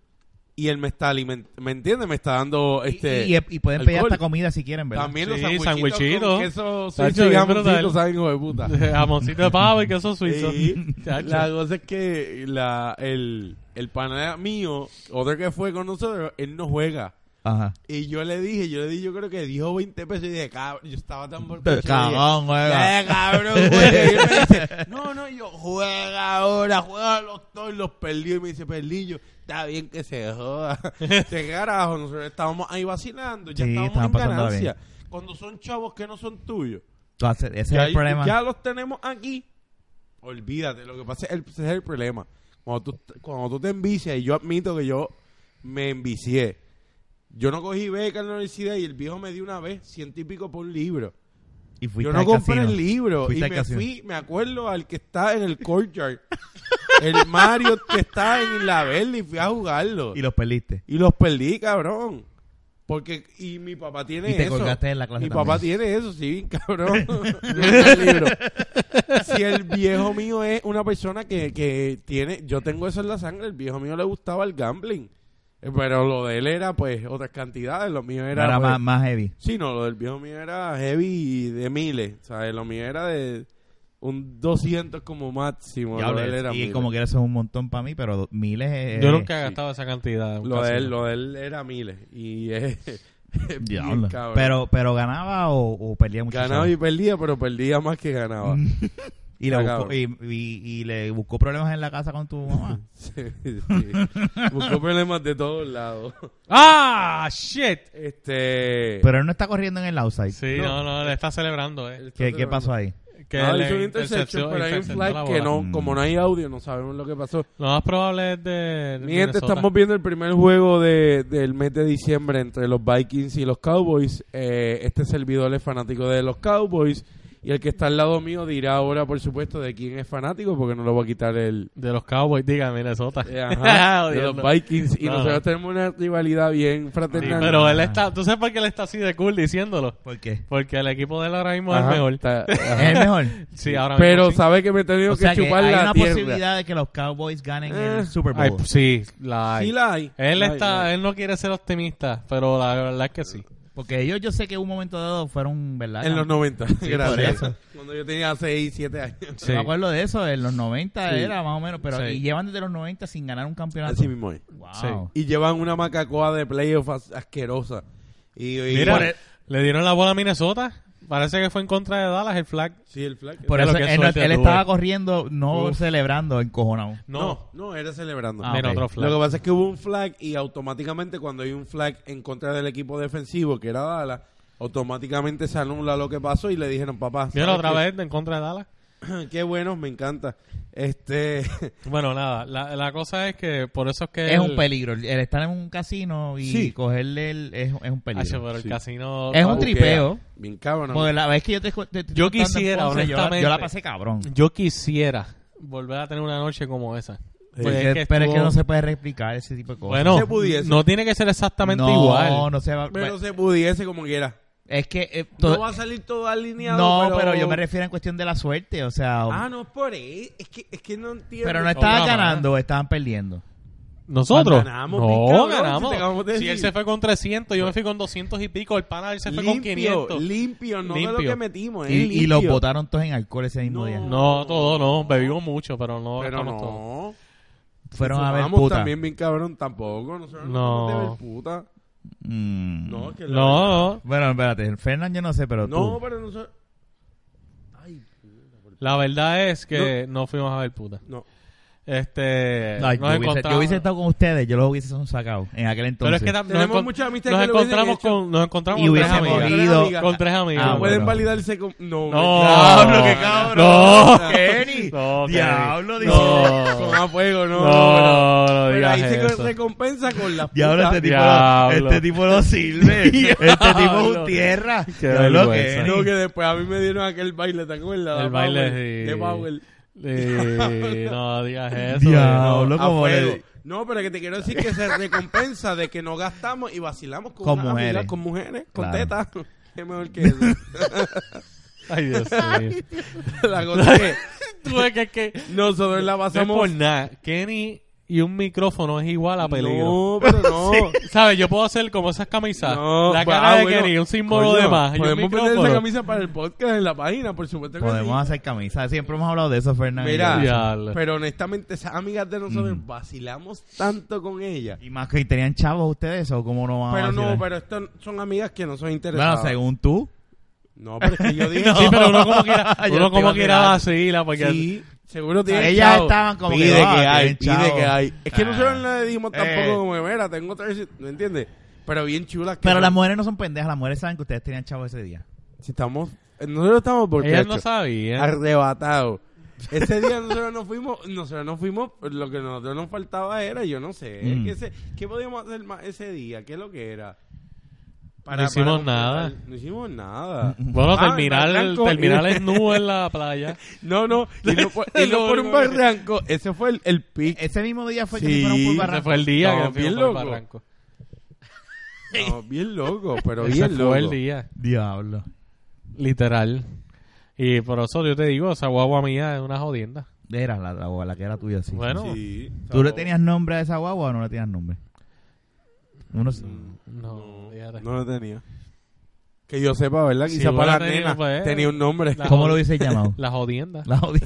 Speaker 3: y él me está alimentando, ¿me entiendes? Me está dando
Speaker 2: Y-
Speaker 3: este...
Speaker 2: y, y pueden pedir
Speaker 3: alcohol.
Speaker 2: hasta comida si quieren, ¿verdad?
Speaker 3: También
Speaker 1: Sí,
Speaker 3: los
Speaker 1: sandwichitos.
Speaker 3: sandwichitos Eso
Speaker 1: Tacho,
Speaker 3: suizo y
Speaker 1: bien
Speaker 3: jamoncito,
Speaker 1: brutal.
Speaker 3: ¿saben, hijo de puta?
Speaker 1: Jamoncito de pavo y queso suizo.
Speaker 3: Sí.
Speaker 1: Chacho.
Speaker 3: La cosa es que la, el, el pana mío, otro que fue con nosotros, él no juega.
Speaker 2: Ajá.
Speaker 3: Y yo le dije, yo le dije, yo creo que dijo 20 pesos y dije, cabrón, yo estaba tan borracho.
Speaker 2: Cabrón,
Speaker 3: dije,
Speaker 2: juega.
Speaker 3: "Eh, cabrón, juega". Y él me dice, no, no, y yo, juega ahora, juega a los todos, los perdí. Y me dice, perdí, yo, está bien que se joda. Qué carajo, nosotros estábamos ahí vacilando, ya
Speaker 2: Sí, estaban
Speaker 3: estábamos en
Speaker 2: pasándola
Speaker 3: ganancia. Cuando son chavos que no son tuyos,
Speaker 2: Entonces, ese
Speaker 3: ya,
Speaker 2: es el problema.
Speaker 3: ya los tenemos aquí, olvídate, lo que pasa es el, ese es el problema. Cuando tú, cuando tú te envicias, y yo admito que yo me envicié, yo no cogí beca en la universidad y el viejo me dio una vez ciento y pico por un libro.
Speaker 2: y fuiste
Speaker 3: yo no
Speaker 2: al
Speaker 3: compré
Speaker 2: casino.
Speaker 3: el libro
Speaker 2: Fuiste
Speaker 3: y
Speaker 2: al
Speaker 3: me
Speaker 2: casino.
Speaker 3: fui, me acuerdo al que está en el courtyard, el Mario que está en la verde y fui a jugarlo.
Speaker 2: Y los perdiste.
Speaker 3: Y los perdí, cabrón. Porque, y mi papá tiene
Speaker 2: Y te
Speaker 3: eso.
Speaker 2: colgaste en la clase
Speaker 3: Mi
Speaker 2: también.
Speaker 3: papá tiene eso, sí, bien cabrón. Mira el libro. Si el viejo mío es una persona que, que tiene, yo tengo eso en la sangre, el viejo mío le gustaba el gambling. Eh, Pero lo de él era, pues, otras cantidades, lo mío
Speaker 2: Era,
Speaker 3: era... pues,
Speaker 2: más, más heavy.
Speaker 3: Sí, no, lo del viejo mío era heavy de miles, ¿sabes? Lo mío era de un 200 como máximo.
Speaker 2: Diablo,
Speaker 3: lo de él era
Speaker 2: y
Speaker 3: miles.
Speaker 2: como que eso es un montón para mí, pero do- miles es...
Speaker 1: Yo nunca he gastado esa cantidad.
Speaker 3: Lo
Speaker 1: casi.
Speaker 3: de él, lo de él era miles. Y es. es bien
Speaker 2: Diablo.
Speaker 3: cabrón.
Speaker 2: Pero, pero ganaba o, o perdía mucho. Mm.
Speaker 3: ganaba y perdía, pero perdía más que ganaba.
Speaker 2: Y le,
Speaker 3: Ah,
Speaker 2: buscó,
Speaker 3: cabrón.
Speaker 2: y, y- y le buscó problemas en la casa con tu mamá.
Speaker 3: Sí, sí. Buscó problemas de todos lados.
Speaker 1: ¡Ah! ¡Shit!
Speaker 3: Este.
Speaker 2: Pero él no está corriendo en el outside.
Speaker 1: Sí, no, no, le está celebrando, eh.
Speaker 2: ¿Qué, qué pasó ahí?
Speaker 1: Que
Speaker 3: Ah,
Speaker 1: le
Speaker 3: hizo una intercepción,
Speaker 1: interceptó-
Speaker 3: pero hay un
Speaker 1: interceptó la
Speaker 3: flag que
Speaker 1: bola.
Speaker 3: no, como no hay audio, no sabemos lo que pasó.
Speaker 1: Lo más probable es de.
Speaker 3: Mi gente,
Speaker 1: Minnesota.
Speaker 3: estamos viendo el primer juego de, del mes de diciembre entre los Vikings y los Cowboys. Eh, este servidor es fanático de los Cowboys. Y el que está al lado mío dirá ahora, por supuesto, de quién es fanático, porque no lo voy a quitar el.
Speaker 1: De los Cowboys, diga Minnesota.
Speaker 3: eh, ajá, de
Speaker 1: Jodiendo.
Speaker 3: los Vikings. Y
Speaker 1: No, no.
Speaker 3: nosotros tenemos una rivalidad bien
Speaker 1: Sí,
Speaker 3: fraternal.
Speaker 1: pero él está. ¿Tú sabes por qué él está así de cool diciéndolo?
Speaker 2: ¿Por qué?
Speaker 1: Porque el equipo de él ahora mismo
Speaker 3: Ajá,
Speaker 1: es el mejor.
Speaker 3: está-
Speaker 2: ¿Es
Speaker 3: ajá.
Speaker 2: el mejor?
Speaker 1: Sí, ahora
Speaker 3: pero
Speaker 1: mismo sí.
Speaker 3: sabe que me he tenido
Speaker 2: O sea
Speaker 3: que
Speaker 2: que
Speaker 3: chupar
Speaker 2: hay
Speaker 3: la
Speaker 2: una
Speaker 3: tierra.
Speaker 2: posibilidad de que los Cowboys ganen
Speaker 3: Eh,
Speaker 2: el Super
Speaker 1: Ay,
Speaker 2: Bowl.
Speaker 1: sí, la hay.
Speaker 3: Sí la hay.
Speaker 1: Él
Speaker 3: La hay,
Speaker 1: está,
Speaker 3: la hay.
Speaker 1: él no quiere ser optimista, pero la verdad es que sí.
Speaker 2: Porque ellos yo sé que en un momento dado fueron, ¿verdad?
Speaker 3: En los 90.
Speaker 2: por
Speaker 3: Gracias.
Speaker 2: eso.
Speaker 3: Cuando yo tenía 6, 7 años.
Speaker 1: Sí.
Speaker 2: Me acuerdo de eso, en los 90
Speaker 3: Sí.
Speaker 2: era más o menos, pero
Speaker 1: Sí.
Speaker 2: y llevan desde los 90 sin ganar un campeonato.
Speaker 3: Así mismo es.
Speaker 2: Wow.
Speaker 1: Sí.
Speaker 3: Y llevan una macacoa de playoff as- asquerosa. Y, y-
Speaker 1: Mira,
Speaker 3: Por e-
Speaker 2: e-
Speaker 3: el-
Speaker 1: le dieron la bola a Minnesota. Parece que fue en contra de Dallas el flag.
Speaker 3: Sí, el flag.
Speaker 2: Por
Speaker 1: Mira
Speaker 2: eso
Speaker 1: lo que
Speaker 2: él, no-
Speaker 1: suerte
Speaker 2: él
Speaker 1: tuve.
Speaker 2: estaba corriendo, no
Speaker 1: Uf.
Speaker 2: celebrando, encojonado.
Speaker 1: No,
Speaker 3: no, no, era celebrando.
Speaker 2: Ah,
Speaker 1: mira
Speaker 2: ok.
Speaker 1: otro
Speaker 3: Lo
Speaker 1: flag.
Speaker 3: que pasa es que hubo un flag y automáticamente cuando hay un flag en contra del equipo defensivo, que era Dallas, automáticamente se anula lo que pasó y le dijeron, papá,
Speaker 1: Mira
Speaker 3: ¿sabes
Speaker 1: otra vez en contra de Dallas.
Speaker 3: qué? qué bueno, me encanta. Este,
Speaker 1: Bueno, nada, la, la cosa es que por eso es que...
Speaker 2: Es
Speaker 1: el-
Speaker 2: un peligro. El estar en un casino y
Speaker 3: Sí.
Speaker 2: cogerle el, es, es un peligro.
Speaker 1: Hacho, pero el
Speaker 3: Sí.
Speaker 1: casino...
Speaker 2: Es un
Speaker 1: Papu,
Speaker 2: tri- Tripeo.
Speaker 3: Bien cabrón.
Speaker 2: Porque la vez que yo te, te- te-
Speaker 1: Yo
Speaker 2: contando en
Speaker 1: quisiera,
Speaker 2: Ponce, yo, la- yo la
Speaker 1: honestamente.
Speaker 2: pasé cabrón.
Speaker 1: Yo quisiera volver a tener una noche como esa. Pues
Speaker 2: Es que- pero es que
Speaker 1: estuvo-
Speaker 2: no se puede replicar ese tipo de cosas.
Speaker 1: Bueno,
Speaker 3: Se pudiese.
Speaker 1: no tiene que ser exactamente
Speaker 2: no,
Speaker 1: igual.
Speaker 2: no se va. pues,
Speaker 3: Pero se pudiese como quiera.
Speaker 2: es que eh,
Speaker 3: No
Speaker 2: todo-
Speaker 3: va a salir todo alineado.
Speaker 2: no, pero... yo me refiero en cuestión de la suerte, o sea,
Speaker 3: Ah, no, es por ahí. Es que, es que no entiendo.
Speaker 2: pero no
Speaker 1: está-
Speaker 2: estaban
Speaker 1: Otra manera.
Speaker 2: ganando, estaban perdiendo.
Speaker 1: Nosotros.
Speaker 3: Ganamos, bien
Speaker 1: no,
Speaker 3: cabrón,
Speaker 1: ganamos.
Speaker 3: si te acabamos de
Speaker 1: Si él
Speaker 3: decir.
Speaker 1: se fue con 300, yo me fui con 200 y pico. El pana él se fue con
Speaker 3: limpio,
Speaker 1: 500.
Speaker 3: limpio, no de lo
Speaker 1: Limpio.
Speaker 3: que metimos.
Speaker 2: Y,
Speaker 3: es
Speaker 2: y los
Speaker 3: limpio.
Speaker 2: botaron todos en alcohol ese mismo
Speaker 3: No.
Speaker 2: día.
Speaker 1: No, todo no. Bebimos mucho, pero no
Speaker 3: Pero
Speaker 1: gastamos todo.
Speaker 3: no.
Speaker 2: Fueron a ver
Speaker 3: Fumamos
Speaker 2: puta.
Speaker 3: también bien cabrón tampoco. Nosotros no.
Speaker 1: No.
Speaker 3: somos de ver puta.
Speaker 2: Mm.
Speaker 3: No, es que la verdad-
Speaker 1: No, no.
Speaker 2: Bueno, espérate, Fernán yo no sé, pero
Speaker 3: No,
Speaker 2: tú.
Speaker 3: pero nosotros... Ay, puta, por-
Speaker 1: La verdad es que no, fuimos a ver puta.
Speaker 3: no.
Speaker 1: Este. nos
Speaker 2: Ay, Eh, yo, hubiese,
Speaker 1: encontramos-
Speaker 2: yo hubiese estado con ustedes, yo los hubiese sacado en aquel
Speaker 1: Pero
Speaker 2: entonces.
Speaker 1: es que tam- nos,
Speaker 3: Tenemos
Speaker 1: encon-
Speaker 3: muchas amistades
Speaker 1: nos
Speaker 3: que lo hubiesen
Speaker 1: encontramos
Speaker 3: hecho.
Speaker 1: con, nos encontramos
Speaker 2: Y
Speaker 1: con tres
Speaker 2: hubiese
Speaker 1: amigas.
Speaker 2: morido.
Speaker 1: Con tres amigos.
Speaker 2: Ah,
Speaker 3: no pueden
Speaker 2: bueno.
Speaker 3: validarse con... No,
Speaker 1: No,
Speaker 3: no,
Speaker 1: no,
Speaker 3: qué
Speaker 1: que
Speaker 3: cabrón.
Speaker 1: No,
Speaker 2: Kenny.
Speaker 1: No, Kenny.
Speaker 2: Diablo, dice.
Speaker 1: No,
Speaker 3: Son a fuego, no. pero-
Speaker 1: no, no
Speaker 3: pero
Speaker 1: digas
Speaker 3: ahí se
Speaker 1: eso.
Speaker 3: recompensa con la
Speaker 2: Diablo,
Speaker 3: puta.
Speaker 2: este tipo,
Speaker 1: Diablo.
Speaker 2: este tipo no sirve. este tipo es
Speaker 1: Diablo.
Speaker 2: un tierra.
Speaker 1: Qué
Speaker 2: Diablo,
Speaker 1: vergüenza.
Speaker 2: Kenny.
Speaker 3: No, que después a mí me dieron aquel baile, ¿te acuerdas?
Speaker 1: El
Speaker 3: Da Power,
Speaker 1: baile de-
Speaker 3: de Powell.
Speaker 1: Eh, no digas eso.
Speaker 2: Diablo.
Speaker 1: eh,
Speaker 2: Habló
Speaker 3: a
Speaker 2: como
Speaker 3: fuego.
Speaker 2: él.
Speaker 3: No, pero que te quiero decir que se recompensa de que no gastamos y vacilamos con,
Speaker 2: Con
Speaker 3: unas
Speaker 2: mujeres.
Speaker 3: amigas, con mujeres, con
Speaker 2: Claro.
Speaker 3: tetas. Es mejor que eso.
Speaker 1: no. Ay, Dios mío.
Speaker 3: la cosa es que
Speaker 1: Tú ves que, es que
Speaker 3: nosotros la
Speaker 1: no es por
Speaker 3: pasamos.
Speaker 1: nada. Kenny y un micrófono es igual a peligro.
Speaker 3: No, pero no.
Speaker 1: ¿Sabes? Yo puedo hacer como esas camisas.
Speaker 3: No,
Speaker 1: la
Speaker 3: pues,
Speaker 1: cara
Speaker 3: ah,
Speaker 1: de
Speaker 3: bueno,
Speaker 1: Kenny, un símbolo
Speaker 3: coño,
Speaker 1: de más. y un
Speaker 3: Podemos vender esa
Speaker 1: micrófono.
Speaker 3: camisa para el podcast en la página, por supuesto que
Speaker 2: Podemos
Speaker 3: sí.
Speaker 2: hacer camisas. Siempre hemos hablado de eso, Fernán. y
Speaker 3: Mira,
Speaker 2: yo.
Speaker 1: Diablo.
Speaker 3: pero honestamente, esas amigas de nosotros vacilamos tanto con ellas.
Speaker 2: Y más que tenían chavos ustedes, o cómo no van a
Speaker 3: Pero no,
Speaker 2: vacilar?
Speaker 3: pero esto son amigas que no son
Speaker 2: Bueno,
Speaker 3: interesadas.
Speaker 2: según tú.
Speaker 3: No, pero es que yo dije.
Speaker 1: Sí, pero uno como quiera,
Speaker 2: Yo
Speaker 1: uno
Speaker 2: te iba
Speaker 1: como
Speaker 2: a
Speaker 1: quiera
Speaker 2: tirar.
Speaker 1: vacila. Porque
Speaker 3: Sí, seguro tiene
Speaker 2: Ellas
Speaker 3: chavo.
Speaker 2: estaban como que,
Speaker 3: pide que,
Speaker 2: ah,
Speaker 3: hay,
Speaker 2: tienen
Speaker 3: pide
Speaker 2: chavo.
Speaker 3: que hay. Es que
Speaker 2: Ah.
Speaker 3: nosotros no le dijimos tampoco
Speaker 2: Eh.
Speaker 3: como que, mira, tengo tres, ¿me entiendes? Pero bien chulas. que
Speaker 2: Pero
Speaker 3: son.
Speaker 2: las mujeres no son pendejas, las mujeres saben que ustedes tenían chavos ese día.
Speaker 3: Si estamos, eh, nosotros estamos porque
Speaker 1: ellas no sabían.
Speaker 3: arrebatados. Ese día nosotros no fuimos, nosotros no fuimos, lo que nosotros nos faltaba era, yo no sé,
Speaker 2: Mm.
Speaker 3: ¿qué, se- qué podíamos hacer más ese día? ¿Qué es lo que era?
Speaker 1: No hicimos
Speaker 3: completar.
Speaker 1: nada.
Speaker 3: No hicimos nada.
Speaker 1: Bueno,
Speaker 3: Ah, el
Speaker 1: terminar,
Speaker 3: barranco-
Speaker 1: terminar es nudo en la playa.
Speaker 3: No, no, y no por, y no por un barranco, ese fue el, el pic.
Speaker 2: Ese mismo día fue que
Speaker 3: Sí,
Speaker 2: se fueron por
Speaker 3: ese
Speaker 1: Ese
Speaker 2: barranco.
Speaker 1: fue el día
Speaker 3: No,
Speaker 1: que fuimos por
Speaker 3: bien
Speaker 1: el
Speaker 3: loco.
Speaker 1: barranco.
Speaker 3: No, bien loco, pero
Speaker 1: Ese
Speaker 3: bien
Speaker 1: fue
Speaker 3: loco.
Speaker 1: el día.
Speaker 2: Diablo.
Speaker 1: Literal. Y por eso yo te digo, esa guagua mía es una jodienda.
Speaker 2: Era la, la, la que era tuya, sí.
Speaker 1: Bueno.
Speaker 3: Sí,
Speaker 2: ¿Tú le
Speaker 3: sabor.
Speaker 2: tenías nombre a esa guagua o no le tenías nombre? Uno s-
Speaker 1: No, fíjate.
Speaker 3: No lo tenía. Que yo sepa, ¿verdad?
Speaker 1: Sí,
Speaker 3: Quizá para la
Speaker 1: bueno, tenía,
Speaker 3: nena
Speaker 1: pues.
Speaker 3: tenía un nombre.
Speaker 1: La-
Speaker 2: ¿Cómo lo hubiese llamado?
Speaker 1: La jodienda.
Speaker 2: La jodí.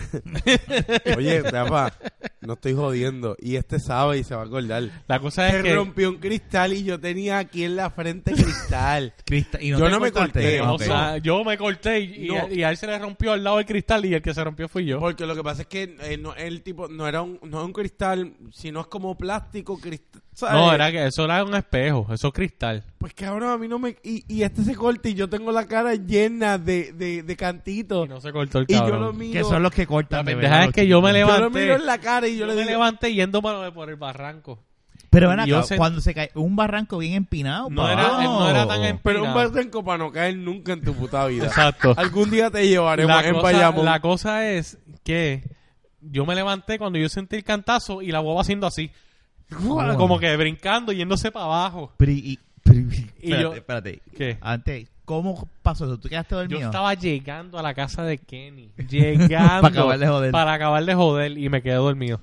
Speaker 3: Oye, Rafa, No estoy jodiendo. Y este sabe y se va a acordar.
Speaker 1: La cosa es
Speaker 3: Se
Speaker 1: que...
Speaker 3: rompió un cristal y yo tenía aquí en la frente cristal.
Speaker 2: Crista- y
Speaker 3: Yo
Speaker 2: te
Speaker 3: no me
Speaker 2: cortaste,
Speaker 3: corté,
Speaker 1: O
Speaker 2: ok.
Speaker 1: sea, yo me corté y, y-
Speaker 3: No.
Speaker 1: y a él se le rompió al lado el cristal y el que se rompió fui yo.
Speaker 3: Porque lo que pasa es que eh, no, el tipo no era un, no era un cristal, sino es como plástico, cristal. ¿sabes?
Speaker 1: No, era que eso era un espejo, eso es cristal.
Speaker 3: Pues cabrón, a mí no me. Y, y este se corta y yo tengo la cara llena de, de, de cantitos.
Speaker 1: Y no se cortó el
Speaker 3: Y
Speaker 1: cabrón.
Speaker 3: yo lo
Speaker 2: que
Speaker 3: miro.
Speaker 2: son los que cortan. de
Speaker 1: La
Speaker 2: verdad,
Speaker 1: pendeja es
Speaker 2: los
Speaker 1: que yo me
Speaker 2: chicos.
Speaker 3: yo
Speaker 1: levanté.
Speaker 3: lo miro en la cara y yo,
Speaker 1: Yo
Speaker 3: le
Speaker 1: me
Speaker 3: digo.
Speaker 1: levanté yendo para- por el barranco.
Speaker 2: Pero ven acá,
Speaker 1: Yo sé-
Speaker 2: cuando se cae un barranco bien empinado,
Speaker 1: No
Speaker 2: pa'
Speaker 1: era-
Speaker 2: abajo.
Speaker 1: no era tan emp-
Speaker 3: Pero
Speaker 1: Mira.
Speaker 3: un barranco para no caer nunca en tu puta vida.
Speaker 1: Exacto.
Speaker 3: Algún día te llevaremos
Speaker 1: la,
Speaker 3: en
Speaker 1: cosa,
Speaker 3: Bayamón.
Speaker 1: la cosa es que yo me levanté cuando yo sentí el cantazo y la guava haciendo así.
Speaker 2: Guau.
Speaker 1: Como que brincando, yéndose para abajo.
Speaker 2: Pero y- pero y-
Speaker 1: Y yo-
Speaker 2: espérate, espérate.
Speaker 1: ¿Qué?
Speaker 2: Antes, ¿cómo pasó eso? ¿Tú quedaste
Speaker 1: Yo
Speaker 2: dormido?
Speaker 1: estaba llegando a la casa de Kenny. Llegando.
Speaker 2: Para acabar de joder.
Speaker 1: Para acabar de joder y me quedé dormido.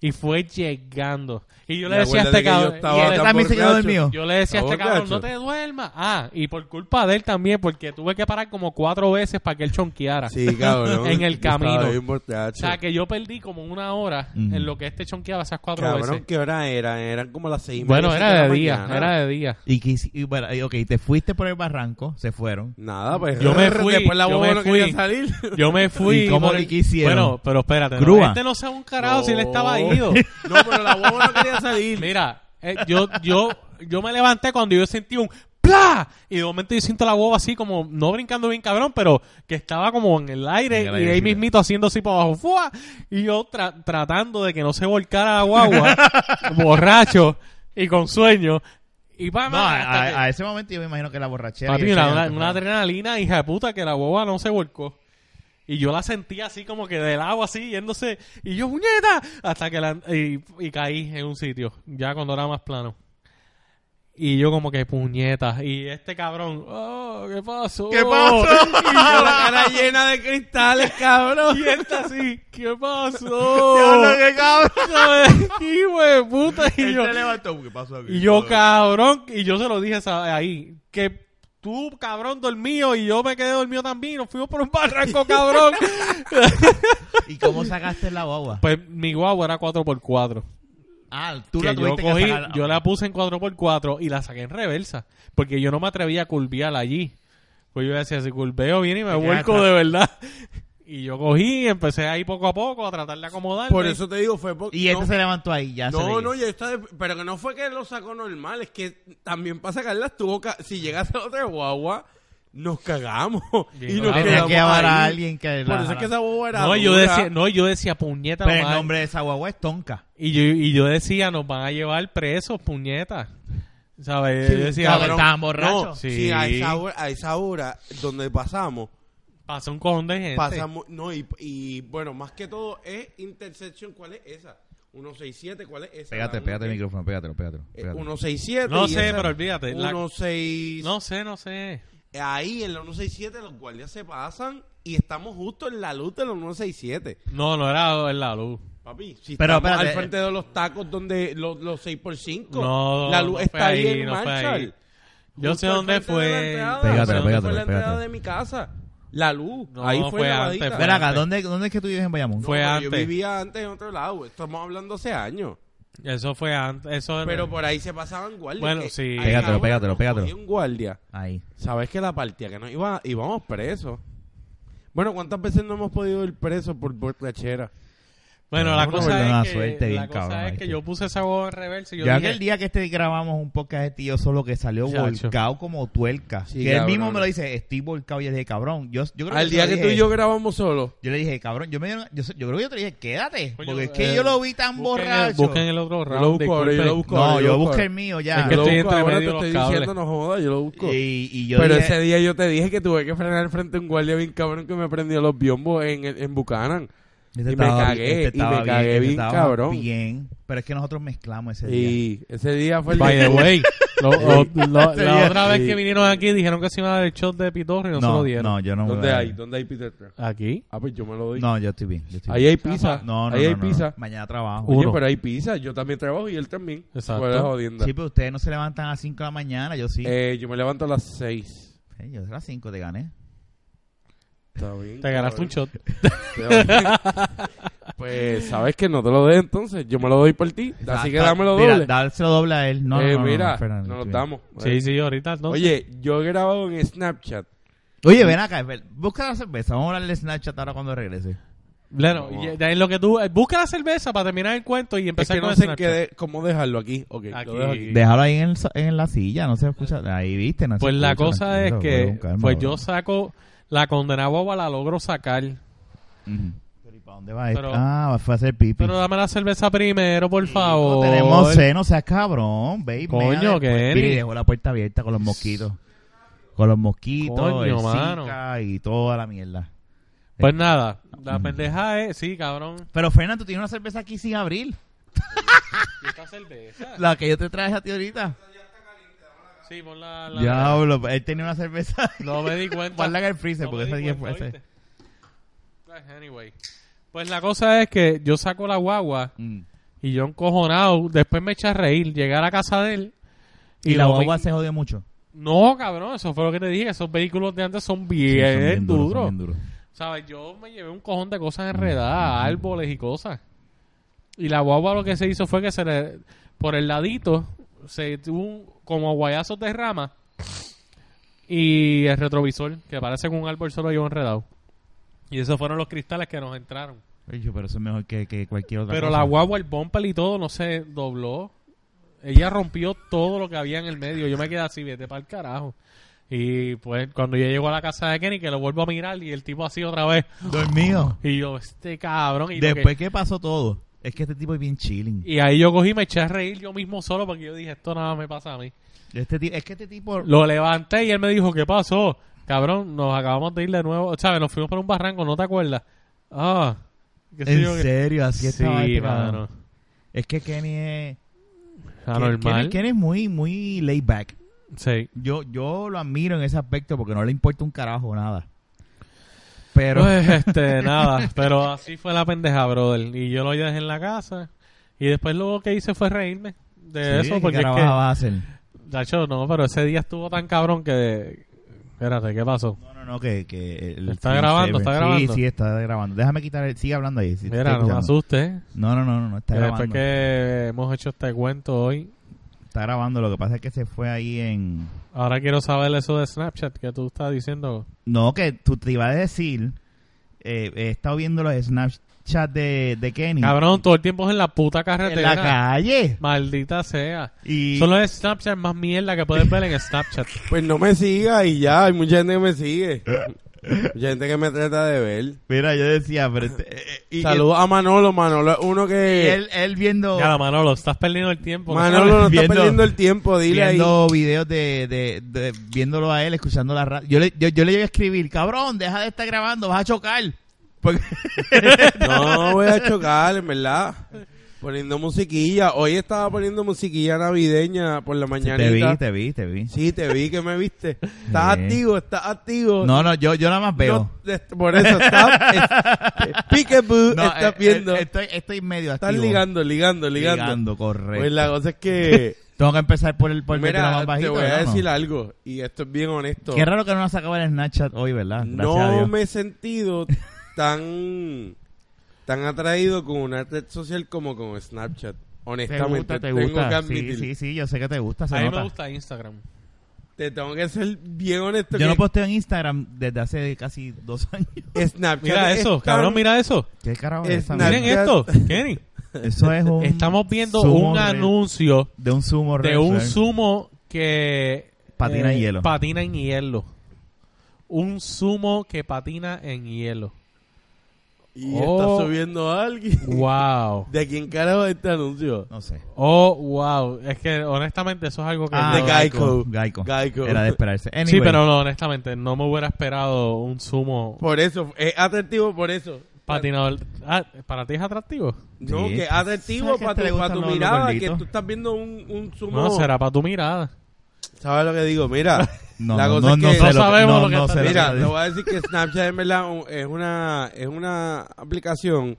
Speaker 1: Y fue llegando. Y yo le
Speaker 3: Y
Speaker 1: decía a este
Speaker 3: acuérdate que yo
Speaker 1: cabrón.
Speaker 3: estaba
Speaker 1: y él-
Speaker 2: él
Speaker 3: tan
Speaker 2: también se quedó
Speaker 3: borracho.
Speaker 2: dormido.
Speaker 1: Yo le decía a este
Speaker 3: Está
Speaker 1: cabrón, no
Speaker 3: borracho.
Speaker 1: te duermas. Ah, y por culpa de él también, porque tuve que parar como cuatro veces para que él chonqueara.
Speaker 3: Sí, cabrón.
Speaker 1: En el
Speaker 3: Yo estaba
Speaker 1: camino.
Speaker 3: bien borracho.
Speaker 1: O sea, que yo perdí como una hora
Speaker 2: Ujú.
Speaker 1: en lo que este chonqueaba esas cuatro
Speaker 3: Cabrón,
Speaker 1: veces.
Speaker 3: ¿qué hora era? Eran como las seis y
Speaker 1: Bueno,
Speaker 3: media,
Speaker 1: era
Speaker 3: siete
Speaker 1: de
Speaker 3: la
Speaker 1: día,
Speaker 3: mañana.
Speaker 1: era de día.
Speaker 2: Y, que hici- y bueno, y, ok, te fuiste por el barranco, se fueron.
Speaker 3: Nada, pues.
Speaker 1: Yo me fui,
Speaker 3: Después la
Speaker 1: yo
Speaker 3: boba
Speaker 1: me
Speaker 3: no
Speaker 1: fui.
Speaker 3: quería salir.
Speaker 1: Yo me fui.
Speaker 2: ¿Y cómo
Speaker 1: por
Speaker 2: le quisieron?
Speaker 1: Bueno, pero espérate. no,
Speaker 2: Grúa.
Speaker 1: Este no sabe un carajo si él
Speaker 3: No.
Speaker 1: estaba ido.
Speaker 3: No, pero la boba no quería salir.
Speaker 1: Mira, eh, yo, yo, yo me levanté cuando yo sentí un ¡plá! Y de momento yo siento la hueva así como, no brincando bien cabrón, pero que estaba como en el aire
Speaker 2: En el
Speaker 1: y ahí
Speaker 2: airecito.
Speaker 1: mismito haciendo así para abajo. ¡fua! Y yo tra- tratando de que no se volcara la guagua, borracho y con sueño. Y pa,
Speaker 2: No,
Speaker 1: ma,
Speaker 2: a,
Speaker 1: hasta que-
Speaker 2: a- a ese momento yo me imagino que la borrachera. y
Speaker 1: Papi,
Speaker 2: el
Speaker 1: una,
Speaker 2: cheo,
Speaker 1: una-
Speaker 2: ¿no?
Speaker 1: una adrenalina, hija de puta, que la boba no se volcó. Y yo la sentí así como que del agua, así, yéndose. Y yo, ¡puñeta! Hasta que la... Y, y caí en un sitio, ya cuando era más plano. Y yo como que, puñeta. Y este cabrón, ¡oh, qué pasó!
Speaker 2: ¿Qué pasó?
Speaker 3: Y yo la cara llena de cristales, cabrón.
Speaker 1: Y esta así, ¿qué
Speaker 2: Diablo,
Speaker 1: pasó?
Speaker 2: qué cabrón.
Speaker 1: ¡Hijo de puta! Y
Speaker 2: Él
Speaker 1: yo,
Speaker 2: se levantó, ¿qué pasó aquí?
Speaker 1: Y yo, cabrón, y yo se lo dije esa- ahí, que tú, cabrón, dormido y yo me quedé dormido también, nos fuimos por un barranco, cabrón.
Speaker 2: ¿Y cómo sacaste la guagua?
Speaker 1: pues mi guagua era 4x4.
Speaker 2: Ah, tú
Speaker 1: que
Speaker 2: la
Speaker 1: yo
Speaker 2: tuviste
Speaker 1: cogí,
Speaker 2: que sacar.
Speaker 1: yo la puse en 4x4 y la saqué en reversa, porque yo no me atrevía a curviar allí. Pues yo decía, si curveo bien y me
Speaker 2: Te quedas
Speaker 1: vuelco
Speaker 2: atrás.
Speaker 1: de verdad. Y yo cogí y empecé ahí poco a poco a tratar de acomodarme.
Speaker 3: Por eso te digo, fue porque.
Speaker 2: Y este se levantó ahí, ya se
Speaker 3: No,
Speaker 2: le-
Speaker 3: no, ya está. de- Pero que no fue que lo sacó normal, es que también para sacarlas tuvo. ca- Si llegase otra guagua, nos cagamos.
Speaker 1: Bien,
Speaker 3: y nos
Speaker 1: claro.
Speaker 2: Tenía
Speaker 3: quedamos
Speaker 2: que llamar a
Speaker 3: ahí.
Speaker 2: alguien que
Speaker 3: Por
Speaker 2: la-
Speaker 3: eso es que esa boba era.
Speaker 1: no, yo
Speaker 3: dura.
Speaker 1: decía, no, yo decía, puñeta,
Speaker 2: Pero el
Speaker 1: madre".
Speaker 2: nombre de esa guagua es Tonka.
Speaker 1: Y yo, y yo decía, nos van a llevar presos, puñetas. ¿Sabes? Yo decía,
Speaker 2: cabrón. estaban borrachos.
Speaker 3: No,
Speaker 1: Sí.
Speaker 3: sí, a esa, hora, a esa hora donde pasamos,
Speaker 1: pasa un cojón de gente.
Speaker 3: pasamos. No, y, y, bueno, más que todo es intersección. ¿Cuál es esa? 167, ¿cuál es esa?
Speaker 2: Pégate,
Speaker 3: La
Speaker 2: pégate el
Speaker 3: uno-
Speaker 2: micrófono, pégatelo, pégatelo.
Speaker 3: Ah, eh,
Speaker 2: pégatelo.
Speaker 3: 167.
Speaker 1: No
Speaker 3: y
Speaker 1: sé,
Speaker 3: esa-
Speaker 1: pero olvídate, la-
Speaker 3: 167.
Speaker 1: No sé, no sé.
Speaker 3: Ahí en la 167 los guardias se pasan y estamos justo en la luz de la 167.
Speaker 1: No, no era en la luz.
Speaker 3: Papi, si
Speaker 2: Pero,
Speaker 3: estamos
Speaker 2: espérate,
Speaker 3: al frente de los tacos donde los, los 6x5,
Speaker 1: eh, No,
Speaker 3: la luz
Speaker 1: no fue
Speaker 3: está ahí,
Speaker 1: ahí,
Speaker 3: en
Speaker 1: no fue
Speaker 3: Marshall.
Speaker 1: ahí. Yo
Speaker 3: Justo
Speaker 1: sé
Speaker 3: al
Speaker 1: dónde
Speaker 3: frente de la
Speaker 1: fue.
Speaker 3: entrada.
Speaker 1: yo sé
Speaker 2: Pégatela,
Speaker 1: dónde fue.
Speaker 2: pégatela.
Speaker 3: Fue la entrada
Speaker 2: espérate.
Speaker 3: de mi casa. La luz.
Speaker 1: No,
Speaker 3: ahí
Speaker 1: fue
Speaker 3: fue, la
Speaker 1: antes,
Speaker 3: ladita.
Speaker 1: fue
Speaker 2: Ven acá,
Speaker 1: antes.
Speaker 2: ¿dónde, ¿dónde es que tú vives en Bayamón?
Speaker 3: No,
Speaker 1: fue
Speaker 3: pero Yo
Speaker 1: antes.
Speaker 3: vivía antes en otro lado. Estamos hablando hace años.
Speaker 1: Eso fue antes. Eso era-
Speaker 3: Pero por ahí se pasaban guardias.
Speaker 1: Bueno,
Speaker 3: que
Speaker 1: sí.
Speaker 3: a esa
Speaker 2: Pégatelo,
Speaker 3: hora
Speaker 2: pégatelo,
Speaker 3: nos
Speaker 2: pégatelo.
Speaker 3: cogía un guardia.
Speaker 2: Ahí.
Speaker 3: ¿Sabes que la partida que nos iba, íbamos presos? Bueno, ¿cuántas veces no hemos podido ir presos por borrachera?
Speaker 1: bueno, la
Speaker 2: No,
Speaker 1: cosa
Speaker 2: no,
Speaker 1: es
Speaker 2: no,
Speaker 1: que,
Speaker 2: suerte, bien
Speaker 1: la cosa
Speaker 2: cabrón,
Speaker 1: es
Speaker 2: ahí
Speaker 1: que
Speaker 2: está.
Speaker 1: yo puse esa voz en reversa y yo
Speaker 2: Yo
Speaker 1: dije,
Speaker 2: aquel día que este grabamos un podcast de tío solo que salió
Speaker 1: Chacho.
Speaker 2: volcado como tuerca.
Speaker 3: Sí,
Speaker 2: que él
Speaker 3: cabrón.
Speaker 2: mismo me lo dice, estoy volcado. Y yo dije, cabrón, yo, yo creo
Speaker 3: Al
Speaker 2: yo
Speaker 3: día
Speaker 2: le
Speaker 3: que tú
Speaker 2: dije-
Speaker 3: y yo grabamos solo.
Speaker 2: Yo le dije, cabrón, yo, me, dieron- yo, sé- yo creo que yo te dije, quédate.
Speaker 1: Coño,
Speaker 2: Porque es que
Speaker 1: eh,
Speaker 2: yo lo vi tan
Speaker 1: busquen el-
Speaker 2: borracho.
Speaker 1: busquen el otro
Speaker 3: lo
Speaker 1: round.
Speaker 3: busco ahora, yo lo
Speaker 1: disculpen.
Speaker 3: busco.
Speaker 2: No,
Speaker 3: Yo
Speaker 2: yo
Speaker 3: busco-
Speaker 2: busqué el mío ya.
Speaker 1: Es que
Speaker 3: Yo lo
Speaker 1: estoy
Speaker 3: busco
Speaker 1: entre
Speaker 3: ahora,
Speaker 1: medio
Speaker 3: te
Speaker 1: de
Speaker 3: estoy
Speaker 1: los cables.
Speaker 3: diciendo, no jodas, yo lo busco.
Speaker 2: y, y yo
Speaker 3: Pero
Speaker 2: dije,
Speaker 3: ese día yo te dije que tuve que frenar frente a un guardia bien cabrón que me prendió los biombos en, el- en Buchanan.
Speaker 2: Este
Speaker 3: y me
Speaker 2: estaba
Speaker 3: cagué,
Speaker 2: bien, este
Speaker 3: y me
Speaker 2: estaba
Speaker 3: cagué
Speaker 2: este
Speaker 3: bien,
Speaker 2: estaba
Speaker 3: cabrón.
Speaker 2: Bien, pero es que nosotros mezclamos ese día.
Speaker 3: Y ese día fue el
Speaker 1: By
Speaker 3: día
Speaker 1: the
Speaker 3: que-
Speaker 1: way, lo- o- lo-
Speaker 2: Sí.
Speaker 1: la otra vez
Speaker 3: Sí.
Speaker 1: que vinieron aquí dijeron que se iba a dar el shot de Pitorro y no, se
Speaker 2: no,
Speaker 1: lo dieron.
Speaker 2: no, yo no me voy
Speaker 3: ¿Dónde
Speaker 2: a-
Speaker 3: hay? ¿Dónde hay Peter Pan?
Speaker 1: Aquí.
Speaker 3: Ah, pues yo me lo doy.
Speaker 2: No, yo estoy bien. yo estoy
Speaker 3: Ahí
Speaker 2: bien.
Speaker 3: hay pizza.
Speaker 2: No, no,
Speaker 3: Ahí
Speaker 2: no,
Speaker 3: hay
Speaker 2: no, no.
Speaker 3: pizza.
Speaker 2: Mañana trabajo.
Speaker 1: Uh,
Speaker 3: Oye,
Speaker 1: Uno.
Speaker 3: pero hay pizza. Yo también trabajo y él también.
Speaker 1: Exacto.
Speaker 3: Fue la jodienda.
Speaker 2: Sí, pero ustedes no se levantan a 5 de la mañana, yo sí.
Speaker 3: Eh, yo me levanto a las 6.
Speaker 2: Eh, yo a las 5 te gané.
Speaker 3: Está bien.
Speaker 1: Te ganaste un shot.
Speaker 3: Te- Pues, ¿sabes que No te lo des entonces. Yo me lo doy por ti. Así que dámelo
Speaker 2: Mira,
Speaker 3: doble.
Speaker 2: dárselo doble a él. No,
Speaker 3: Eh,
Speaker 2: no, no,
Speaker 3: mira,
Speaker 2: no, Fernando,
Speaker 3: nos lo
Speaker 2: estoy bien.
Speaker 3: damos.
Speaker 1: Sí, sí, ahorita no.
Speaker 3: Oye, yo he grabado en Snapchat.
Speaker 2: Oye, ven acá. ven, Busca la cerveza. Vamos a hablarle de Snapchat ahora cuando regrese.
Speaker 1: Claro,
Speaker 3: No.
Speaker 1: y- de ahí lo que tú... eh, busca la cerveza para terminar el cuento y
Speaker 3: Es
Speaker 1: empezar
Speaker 3: que
Speaker 1: con
Speaker 3: no
Speaker 1: el
Speaker 3: sé en
Speaker 1: Snapchat.
Speaker 3: qué de- cómo dejarlo aquí. Ok, lo
Speaker 1: Aquí.
Speaker 3: dejo aquí.
Speaker 2: Déjalo ahí en, el so- en la silla. No se escucha. Ahí viste. no se
Speaker 1: Pues la
Speaker 2: escucha,
Speaker 1: cosa es
Speaker 2: tranquilo,
Speaker 1: que...
Speaker 2: con calma,
Speaker 1: Pues
Speaker 2: bro.
Speaker 1: yo saco... La condena boba la logro sacar.
Speaker 2: Ujú. Pero ¿y para dónde va esto?
Speaker 1: Pero-
Speaker 2: Ah, fue a hacer pipi.
Speaker 1: Pero dame la cerveza primero, por favor.
Speaker 2: tenemos seno, seas cabrón, baby.
Speaker 1: Coño, Kenny.
Speaker 2: Y dejó la puerta abierta con los mosquitos. Con los mosquitos,
Speaker 1: Coño,
Speaker 2: el
Speaker 1: mano.
Speaker 2: Zika y toda la mierda.
Speaker 1: Pues nada, la
Speaker 2: Mm.
Speaker 1: pendeja es... Sí, cabrón.
Speaker 2: Pero Fernando, tú tienes una cerveza aquí sin abrir.
Speaker 1: ¿Y esta cerveza?
Speaker 2: La que yo te traje a ti ahorita.
Speaker 1: Sí, pon la... la-
Speaker 2: Diablo, él tenía una cerveza.
Speaker 1: No me di cuenta.
Speaker 2: Guarda en el freezer,
Speaker 1: No
Speaker 2: porque
Speaker 1: me
Speaker 2: esa
Speaker 1: di
Speaker 2: aquí fue
Speaker 1: cuenta,
Speaker 2: ese.
Speaker 1: ¿oíste? Ay, Anyway. Pues la cosa es que yo saco la guagua
Speaker 2: Mm.
Speaker 1: y yo encojonado, después me eché a reír, llegué a la casa de él
Speaker 2: Y, la
Speaker 1: lo vi-
Speaker 2: guagua se jodió mucho.
Speaker 1: No, cabrón, eso fue lo que te dije, esos vehículos de antes son
Speaker 2: Sí,
Speaker 1: bien,
Speaker 2: son bien
Speaker 1: duros.
Speaker 2: son bien duros.
Speaker 1: ¿Sabes? Yo me llevé un cojón de cosas enredadas, árboles y cosas. Y la guagua lo que se hizo fue que se le, por el ladito, se tuvo un- como guayazos de rama y el retrovisor, que parece que un árbol solo llevó enredado. Y esos fueron los cristales que nos entraron.
Speaker 2: Oye, Pero eso es mejor que, que cualquier otra
Speaker 1: Pero
Speaker 2: cosa.
Speaker 1: la guagua, el bumper y todo, no se dobló. Ella rompió todo lo que había en el medio. Yo me quedé así, vete para el carajo. Y pues cuando yo llego a la casa de Kenny, que lo vuelvo a mirar y el tipo así otra vez.
Speaker 2: Dormido.
Speaker 1: Y yo, este cabrón. Y, lo que-
Speaker 2: Después que pasó todo, es que este tipo es bien chilling.
Speaker 1: y ahí yo cogí y me eché a reír yo mismo solo porque yo dije, esto nada me pasa a mí.
Speaker 2: Este ti- es que este tipo...
Speaker 1: Lo levanté y él me dijo, ¿qué pasó? Cabrón, nos acabamos de ir de nuevo. ¿Sabes? Nos fuimos por un barranco, ¿no te acuerdas? Ah, qué sé yo
Speaker 2: En
Speaker 1: qué.
Speaker 2: serio, así
Speaker 1: Sí,
Speaker 2: estaba este
Speaker 1: mano.
Speaker 2: cabrón. Es que Kenny es... Ken- Kenny,
Speaker 1: Anormal.
Speaker 2: Kenny es muy, muy laid back.
Speaker 1: Sí.
Speaker 2: Yo, yo lo admiro en ese aspecto porque no le importa un carajo nada. Pero...
Speaker 1: Pues, este, nada, pero así fue la pendeja, brother. Y yo lo dejé en la casa. Y después lo que hice fue reírme de
Speaker 2: Sí,
Speaker 1: eso,
Speaker 2: ¿qué
Speaker 1: porque es
Speaker 2: carajo
Speaker 1: que,
Speaker 2: vas a hacer?
Speaker 1: Nacho, no, pero ese día estuvo tan cabrón que. Espérate, ¿qué pasó?
Speaker 2: No, no, no, que... que el-
Speaker 1: Está
Speaker 2: sí,
Speaker 1: grabando,
Speaker 2: sí,
Speaker 1: está grabando.
Speaker 2: Sí, sí, está grabando. Déjame quitar... el- Sigue hablando ahí. sí, te
Speaker 1: Mira, no
Speaker 2: estoy
Speaker 1: me
Speaker 2: escuchando.
Speaker 1: asustes. ¿eh?
Speaker 2: No, no, no, no, no, está
Speaker 1: Que
Speaker 2: grabando.
Speaker 1: Después que hemos hecho este cuento hoy,
Speaker 2: Está grabando, lo que pasa es que se fue ahí en...
Speaker 1: ahora quiero saber eso de Snapchat que tú estás diciendo.
Speaker 2: No, que tú te ibas a decir, eh, he estado viendo los Snapchat de, de Kenny.
Speaker 1: Cabrón, todo el tiempo es en la puta
Speaker 2: en la
Speaker 1: carretera.
Speaker 2: calle.
Speaker 1: Maldita sea.
Speaker 2: Y
Speaker 1: Son los Snapchat más mierda que puedes ver en Snapchat.
Speaker 3: Pues no me siga y ya. Hay mucha gente que me sigue. mucha gente que me trata de ver.
Speaker 2: mira, yo decía, pero este- eh, eh, y,
Speaker 3: Saludos a Manolo. Manolo es uno
Speaker 2: y
Speaker 3: que...
Speaker 2: él, él viendo,
Speaker 1: Ya, Manolo, estás perdiendo el tiempo.
Speaker 3: Manolo no está
Speaker 2: Viendo-
Speaker 3: perdiendo el tiempo. Dile ahí.
Speaker 2: viendo videos de, de, de- viéndolo a él, escuchando la radio. Yo le, yo, yo le llegué a escribir, cabrón, deja de estar grabando, vas a chocar. Porque-
Speaker 3: No voy a chocar, en verdad. Poniendo musiquilla. Hoy estaba poniendo musiquilla navideña por la mañanita.
Speaker 2: te vi, te vi, te vi.
Speaker 3: Sí, te vi que me viste. Estás
Speaker 2: Sí.
Speaker 3: activo, estás activo.
Speaker 2: No, no, yo, yo nada más veo.
Speaker 3: No, es- por eso estás. es- peekaboo,
Speaker 2: No,
Speaker 3: estás
Speaker 2: eh,
Speaker 3: viendo.
Speaker 2: eh, estoy, estoy medio
Speaker 3: estás
Speaker 2: activo.
Speaker 3: ligando, ligando, ligando.
Speaker 2: Ligando, correcto.
Speaker 3: Pues la cosa es que.
Speaker 2: Tengo que empezar por el por el metro
Speaker 3: mira,
Speaker 2: más bajito.
Speaker 3: te voy a
Speaker 2: ¿verdad, no?
Speaker 3: decir algo. Y esto es bien honesto.
Speaker 2: Qué raro que no nos acaba el Snapchat hoy, ¿verdad? Ah, Gracias a
Speaker 3: no
Speaker 2: Dios.
Speaker 3: me he sentido tan. tan atraído con una red social como con Snapchat.
Speaker 2: Te
Speaker 3: Honestamente,
Speaker 2: gusta, te
Speaker 3: tengo que
Speaker 2: gusta. Sí,
Speaker 3: admitir.
Speaker 2: sí, sí, yo sé que te gusta, se
Speaker 1: A mí
Speaker 2: nota.
Speaker 1: me gusta Instagram.
Speaker 3: Te tengo que ser bien honesto.
Speaker 2: Yo no
Speaker 3: que
Speaker 2: posteo en Instagram desde hace casi dos años.
Speaker 3: Snapchat
Speaker 1: Mira
Speaker 3: es
Speaker 1: eso,
Speaker 3: tan-
Speaker 1: cabrón, mira eso.
Speaker 2: ¿Qué carajo
Speaker 3: Es
Speaker 2: es esa?
Speaker 3: nada.
Speaker 1: Miren
Speaker 2: mierda?
Speaker 1: esto,
Speaker 3: Snapchat.
Speaker 1: Kenny.
Speaker 2: Eso es un...
Speaker 1: Estamos viendo
Speaker 2: sumo
Speaker 1: un
Speaker 2: re-
Speaker 1: anuncio
Speaker 2: De un sumo
Speaker 1: de
Speaker 2: red
Speaker 1: un
Speaker 2: flag.
Speaker 1: zumo que eh,
Speaker 2: Patina en hielo.
Speaker 1: Patina en hielo. Un zumo que patina en hielo.
Speaker 3: Y
Speaker 1: Oh.
Speaker 3: está subiendo a alguien.
Speaker 1: Wow.
Speaker 3: ¿De quién carajo es este anuncio?
Speaker 2: No sé.
Speaker 1: Oh, wow. Es que honestamente eso es algo que
Speaker 3: Ah,
Speaker 1: yo-
Speaker 3: de Geico.
Speaker 2: Geico.
Speaker 3: Geico.
Speaker 2: Era de esperarse.
Speaker 1: Sí,
Speaker 2: Anyway,
Speaker 1: pero no, honestamente no me hubiera esperado un zumo
Speaker 3: Por eso, es atractivo por eso.
Speaker 1: patinador. Ah, para ti es atractivo.
Speaker 3: No,
Speaker 2: Sí.
Speaker 3: que es atractivo
Speaker 2: ¿Sabes que a
Speaker 3: para
Speaker 2: este le
Speaker 3: tu, pa'
Speaker 2: gustan
Speaker 3: tu
Speaker 2: los- los
Speaker 3: mirada, que
Speaker 2: gorditos?
Speaker 3: tú estás viendo un, un zumo.
Speaker 1: No, será para tu mirada.
Speaker 3: ¿Sabes lo que digo? Mira,
Speaker 2: No,
Speaker 3: la
Speaker 2: no,
Speaker 3: cosa
Speaker 2: no,
Speaker 3: es
Speaker 2: no
Speaker 3: que...
Speaker 2: sé lo
Speaker 1: sabemos
Speaker 2: no,
Speaker 1: lo que
Speaker 2: no
Speaker 1: está-
Speaker 2: sé lo
Speaker 3: Mira,
Speaker 2: que-
Speaker 3: te voy a decir que Snapchat en verdad un- es una, es una aplicación,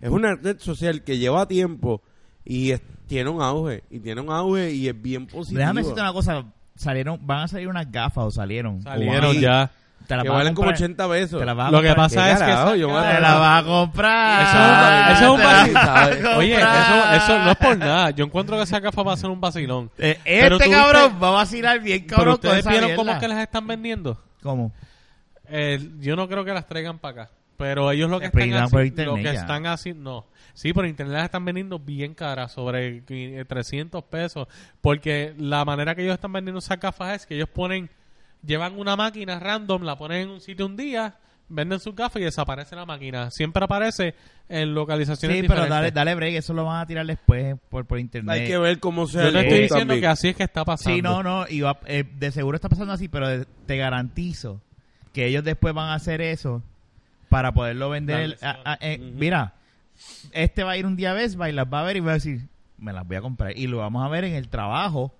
Speaker 3: es una red social que lleva tiempo y es- tiene un auge, y tiene un auge y es bien positivo.
Speaker 2: Déjame decirte una cosa. Salieron, van a salir unas gafas o salieron.
Speaker 1: Salieron
Speaker 2: Guay.
Speaker 1: ya.
Speaker 2: te la
Speaker 3: que
Speaker 2: vas a
Speaker 3: valen como
Speaker 2: comprar.
Speaker 3: 80 pesos.
Speaker 2: Te la vas a
Speaker 1: Lo que
Speaker 2: comprar.
Speaker 1: pasa es que
Speaker 3: carajo,
Speaker 1: esa-
Speaker 3: yo me-
Speaker 2: Te la vas a comprar.
Speaker 1: Eso es un-
Speaker 2: Te la
Speaker 1: eso es un
Speaker 2: vas a
Speaker 3: vacilón.
Speaker 1: Oye, eso,
Speaker 2: comprar.
Speaker 1: eso no es por nada. Yo encuentro que esa gafa va a ser un vacilón.
Speaker 2: Eh,
Speaker 1: Pero
Speaker 2: Este
Speaker 1: tú
Speaker 2: cabrón
Speaker 1: viste-
Speaker 2: va a vacilar bien
Speaker 1: Pero
Speaker 2: cabrón con
Speaker 1: ustedes
Speaker 2: esa
Speaker 1: vieron
Speaker 2: mierda.
Speaker 1: cómo es que las están vendiendo.
Speaker 2: ¿Cómo?
Speaker 1: Eh, yo no creo que las traigan para acá. Pero ellos lo que
Speaker 2: Eh,
Speaker 1: están
Speaker 2: pero irán por
Speaker 1: haciendo,
Speaker 2: internet
Speaker 1: lo que
Speaker 2: ya.
Speaker 1: están haciendo, no. Sí, por internet las están vendiendo bien caras, sobre qui- eh, 300 pesos. Porque la manera que ellos están vendiendo esas gafas es que ellos ponen, llevan una máquina random, la ponen en un sitio un día, venden sus gafas y desaparece la máquina. Siempre aparece en
Speaker 2: Sí,
Speaker 1: localizaciones
Speaker 2: pero
Speaker 1: diferentes.
Speaker 2: dale, dale break, eso lo van a tirar después por, por internet.
Speaker 3: Hay que ver cómo se
Speaker 1: Yo te estoy
Speaker 2: Eh,
Speaker 1: diciendo que así es que está pasando.
Speaker 2: Sí, no, no, y va- eh, de seguro está pasando así, pero de- te garantizo que ellos después van a hacer eso para poderlo vender. el- a- a- eh, Mira, este va a ir un día a Best Buy, las va a ver y va a decir, me las voy a comprar. Y lo vamos a ver en el trabajo,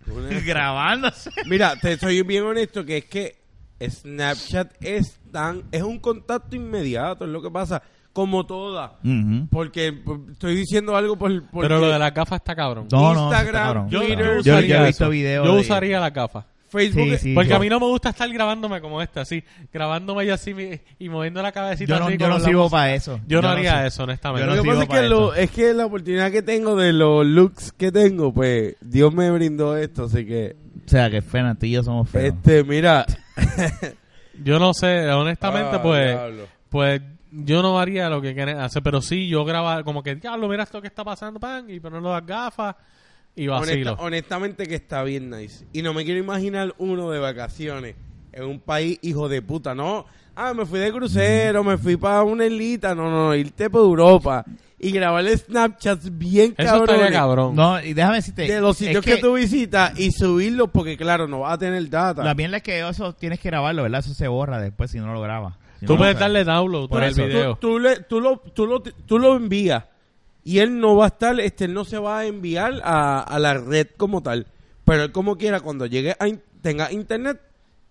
Speaker 2: grabándose.
Speaker 3: Mira, te soy bien honesto que es que Snapchat es tan es un contacto inmediato, es lo que pasa, como toda, porque p- estoy diciendo algo por, por-
Speaker 1: Pero lo de las gafas está cabrón.
Speaker 2: No, no,
Speaker 3: Instagram,
Speaker 2: está cabrón.
Speaker 1: Yo,
Speaker 3: Twitter,
Speaker 1: yo
Speaker 3: yo-
Speaker 1: usaría
Speaker 2: yo he visto
Speaker 1: eso.
Speaker 2: videos
Speaker 1: Yo
Speaker 2: de-
Speaker 1: usaría las gafas.
Speaker 3: Facebook.
Speaker 2: Sí,
Speaker 3: es-
Speaker 2: sí.
Speaker 1: Porque
Speaker 2: yo-
Speaker 1: a mí no me gusta estar grabándome como esta, así, grabándome yo así mi- y moviendo la cabecita
Speaker 2: Yo no,
Speaker 1: así
Speaker 2: yo
Speaker 1: con
Speaker 2: no
Speaker 1: la
Speaker 2: sirvo
Speaker 1: música.
Speaker 2: para eso.
Speaker 1: Yo no haría
Speaker 2: sé.
Speaker 1: eso,
Speaker 2: Yo
Speaker 1: honestamente.
Speaker 2: no
Speaker 3: Lo que
Speaker 2: sigo
Speaker 3: pasa es
Speaker 2: para
Speaker 3: que, lo-
Speaker 2: esto.
Speaker 3: es que la oportunidad que tengo de los looks que tengo, pues Dios me brindó esto, así que
Speaker 2: O sea, que Fernan, tú y yo somos feos.
Speaker 3: este, mira,
Speaker 1: Yo no sé, honestamente,
Speaker 3: Ah,
Speaker 1: pues,
Speaker 3: diablo.
Speaker 1: pues yo no haría lo que quieren hacer, pero sí yo grabar como que, diablo, mira esto que está pasando, pan, y ponerlo las gafas y vacilo.
Speaker 3: Honesta- honestamente que está bien nice. Y no me quiero imaginar uno de vacaciones en un país hijo de puta, ¿no? Ah, me fui de crucero, me fui para una islita, no, no, no, irte por Europa y grabar Snapchats bien
Speaker 1: Eso estaría
Speaker 3: cabrones
Speaker 1: cabrón.
Speaker 2: No, y déjame decirte.
Speaker 3: de los
Speaker 2: es
Speaker 3: sitios que, tú visitas y subirlos porque claro, no vas a tener data.
Speaker 2: La mierda es que eso tienes que grabarlo, ¿verdad? Eso se borra después si no lo grabas. Si
Speaker 1: Tú
Speaker 2: no,
Speaker 1: puedes
Speaker 2: o sea,
Speaker 1: darle download
Speaker 2: por
Speaker 1: para
Speaker 2: eso.
Speaker 1: el
Speaker 3: tú,
Speaker 1: video.
Speaker 3: tú le- tú lo, tú, lo, tú lo envías y él no va a estar, este, él no se va a enviar a, a la red como tal, pero él como quiera cuando llegue a in- tenga internet,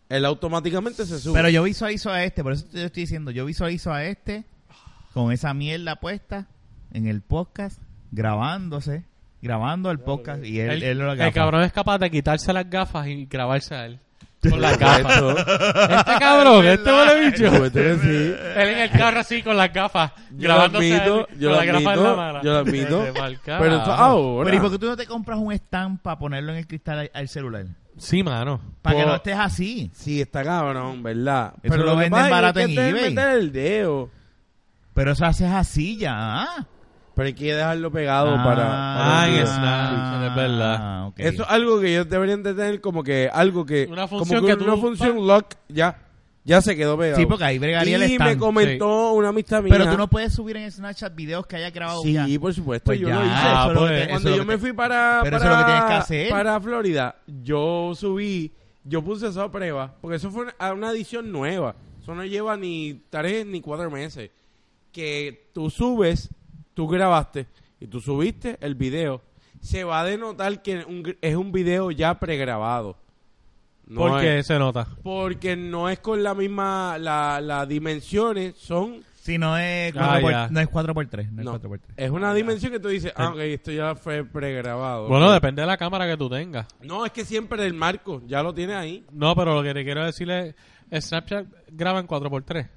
Speaker 3: él automáticamente se sube.
Speaker 2: Pero yo visualizo a este, por eso te estoy diciendo, yo visualizo a este con esa mierda puesta en el podcast, grabándose, grabando el podcast y él,
Speaker 1: el,
Speaker 2: él lo
Speaker 1: el
Speaker 2: graba.
Speaker 1: cabrón es capaz de quitarse las gafas y grabarse a él. Con las gafas. este cabrón, este huele bicho.
Speaker 3: Puede ser, sí.
Speaker 1: Él en el carro así con las gafas,
Speaker 3: Yo lo
Speaker 1: grabándose a él
Speaker 3: admito, yo
Speaker 1: con
Speaker 3: lo
Speaker 1: las gafas en la
Speaker 3: admito,
Speaker 1: mano.
Speaker 3: yo lo admito.
Speaker 1: Ese mal carajo.
Speaker 3: Pero ah, eso ahora.
Speaker 2: Pero ¿y por qué tú no te compras un stand para ponerlo en el cristal al, al celular?
Speaker 1: Sí, mano.
Speaker 2: Para que
Speaker 3: Por-
Speaker 2: no estés así.
Speaker 3: Sí, está cabrón, ¿verdad?
Speaker 2: Eso lo
Speaker 3: que
Speaker 2: venden
Speaker 3: pasa es que
Speaker 2: barato
Speaker 3: hay
Speaker 2: en
Speaker 3: que tener-
Speaker 2: eBay.
Speaker 3: meter el dedo.
Speaker 2: Pero eso haces así ya. ah.
Speaker 3: Pero hay que dejarlo pegado
Speaker 2: Ah,
Speaker 3: para...
Speaker 1: Ah, en
Speaker 3: para-
Speaker 1: Snapchat, es verdad.
Speaker 2: ok.
Speaker 3: Eso es algo que ellos deberían de tener como que algo que...
Speaker 1: Una función
Speaker 3: como
Speaker 1: que tú-
Speaker 3: Una función lock, ya. Ya se quedó pegado.
Speaker 2: Sí, porque ahí bregaría el
Speaker 3: Y me
Speaker 2: stand.
Speaker 3: comentó una amistad mía.
Speaker 2: Pero tú no puedes subir en Snapchat videos que hayas grabado ya.
Speaker 3: Sí, por supuesto,
Speaker 2: Pues
Speaker 3: yo
Speaker 2: ya,
Speaker 3: lo hice.
Speaker 1: Ah,
Speaker 2: eso es lo que
Speaker 1: pues,
Speaker 2: te- eso
Speaker 3: Cuando
Speaker 2: es
Speaker 3: yo
Speaker 2: lo que
Speaker 3: me
Speaker 2: te-
Speaker 3: fui para,
Speaker 2: Pero eso
Speaker 3: para,
Speaker 2: es lo que tienes que hacer.
Speaker 3: para Florida, yo subí, yo puse eso a prueba, porque eso fue una, a una edición nueva. Eso no lleva ni tres ni cuatro meses. Que tú subes, tú grabaste y tú subiste el video. Se va a denotar que un gr- es un video ya pregrabado. No
Speaker 1: Porque
Speaker 3: es-
Speaker 1: se nota.
Speaker 3: porque no es con la misma, la- las dimensiones son...
Speaker 2: Sí, no es
Speaker 1: Ah,
Speaker 2: 4
Speaker 1: ya.
Speaker 2: por, no es 4 por 3, no es
Speaker 3: No,
Speaker 2: 4 por 3.
Speaker 3: es una dimensión que tú dices, ah, ok, esto ya fue pregrabado.
Speaker 1: Bueno,
Speaker 3: Ok.
Speaker 1: depende de la cámara que tú tengas.
Speaker 3: No, es que siempre el marco, ya lo tiene ahí.
Speaker 1: No, pero lo que te quiero decir es, Snapchat graba en 4x3.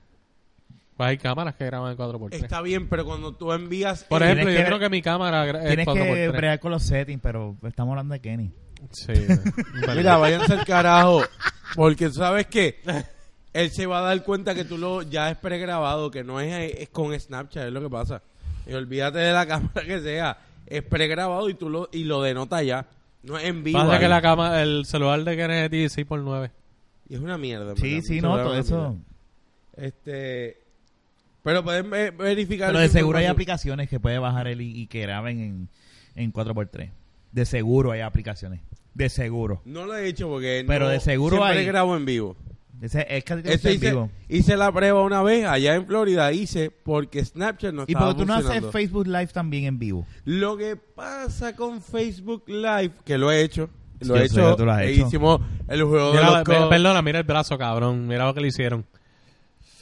Speaker 1: Pues hay cámaras que graban en 4x3.
Speaker 3: Está bien, pero cuando tú envías...
Speaker 1: Por
Speaker 3: el-
Speaker 2: Tienes
Speaker 1: ejemplo, yo
Speaker 2: que
Speaker 1: creo
Speaker 2: ver-
Speaker 1: que mi cámara gra- es
Speaker 2: Tienes que
Speaker 1: 4x3.
Speaker 2: bregar con los settings, pero estamos hablando de Kenny.
Speaker 1: Sí, de-
Speaker 3: Mira, váyanse al carajo, porque sabes que él se va a dar cuenta que tú lo ya es pregrabado, que no es, es con Snapchat, es lo que pasa. Y olvídate de la cámara que sea, es pregrabado y tú lo y lo denota ya. No es en vivo.
Speaker 1: Pasa que
Speaker 3: ahí.
Speaker 1: la cama, el celular de Kennedy es 6x9.
Speaker 3: Y es una mierda. en
Speaker 2: Sí,
Speaker 3: verdad.
Speaker 2: sí,
Speaker 3: Eso
Speaker 2: no,
Speaker 3: es
Speaker 2: todo
Speaker 3: una
Speaker 2: eso.
Speaker 3: mierda. Este pero pueden ve- verificar
Speaker 2: Pero de
Speaker 3: esa
Speaker 2: seguro hay
Speaker 3: información.
Speaker 2: aplicaciones que puede bajar él y, y que graben en, en 4x3. De seguro hay aplicaciones. De seguro.
Speaker 3: No lo he hecho porque
Speaker 2: Pero
Speaker 3: no-
Speaker 2: de seguro
Speaker 3: siempre
Speaker 2: hay.
Speaker 3: grabo en vivo.
Speaker 2: Ese- es casi que
Speaker 3: Eso
Speaker 2: está en
Speaker 3: hice,
Speaker 2: vivo.
Speaker 3: hice la prueba una vez allá en Florida, hice porque Snapchat no
Speaker 2: Y
Speaker 3: estaba
Speaker 2: porque tú no haces
Speaker 3: funcionando.
Speaker 2: Facebook Live también en vivo.
Speaker 3: Lo que pasa con Facebook Live, que lo he hecho, lo
Speaker 2: Yo
Speaker 3: he
Speaker 2: sé
Speaker 3: hecho,
Speaker 2: que tú lo has
Speaker 3: e
Speaker 2: hecho.
Speaker 3: hicimos el juego de
Speaker 1: Mira,
Speaker 3: los
Speaker 1: ve-
Speaker 3: co-
Speaker 1: perdona, mira el brazo, cabrón. Mira lo que le hicieron.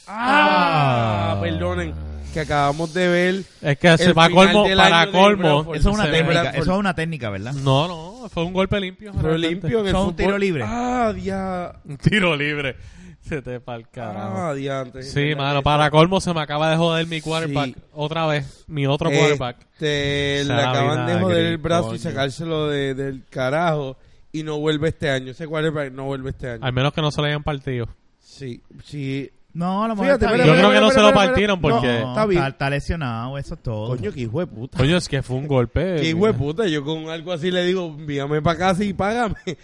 Speaker 3: Ah, perdonen, que acabamos de ver.
Speaker 1: Es que se
Speaker 3: El
Speaker 1: va
Speaker 3: final
Speaker 1: colmo,
Speaker 3: del
Speaker 1: para
Speaker 3: año de
Speaker 1: colmo.
Speaker 3: Bradford.
Speaker 2: Eso es una
Speaker 1: se ve-
Speaker 2: técnica,
Speaker 3: Bradford.
Speaker 2: eso es una técnica, ¿verdad?
Speaker 1: No, no, fue un golpe limpio.
Speaker 3: Fue
Speaker 1: realmente.
Speaker 3: limpio en el
Speaker 2: Son un
Speaker 3: fútbol.
Speaker 2: tiro libre.
Speaker 3: Ah, dia-
Speaker 1: Un tiro libre. Se te pa'l carajo.
Speaker 3: Ah, diante.
Speaker 1: Sí, mano, para colmo se me acaba de joder mi quarterback
Speaker 3: Sí. Eh.
Speaker 1: otra vez, mi otro quarterback.
Speaker 3: Este, le
Speaker 1: Sabe
Speaker 3: acaban de
Speaker 1: nada,
Speaker 3: joder
Speaker 1: Green,
Speaker 3: el brazo
Speaker 1: coño.
Speaker 3: y sacárselo de- del carajo y no vuelve este año. Ese quarterback no vuelve este año.
Speaker 1: Al menos que no se le hayan partido.
Speaker 3: Sí, sí.
Speaker 2: No, a lo mejor
Speaker 3: Fíjate,
Speaker 2: está
Speaker 3: espera,
Speaker 2: bien.
Speaker 1: Yo creo que
Speaker 3: espera,
Speaker 1: no se
Speaker 3: espera,
Speaker 1: lo
Speaker 3: espera,
Speaker 1: partieron
Speaker 3: espera.
Speaker 1: porque-
Speaker 2: No,
Speaker 3: está bien.
Speaker 2: está, está lesionado, eso es todo.
Speaker 3: Coño, qué hijo de puta.
Speaker 1: Coño, es que fue un golpe.
Speaker 3: Qué
Speaker 1: mira.
Speaker 3: hijo de puta. Yo con algo así le digo, envíame para casa y págame.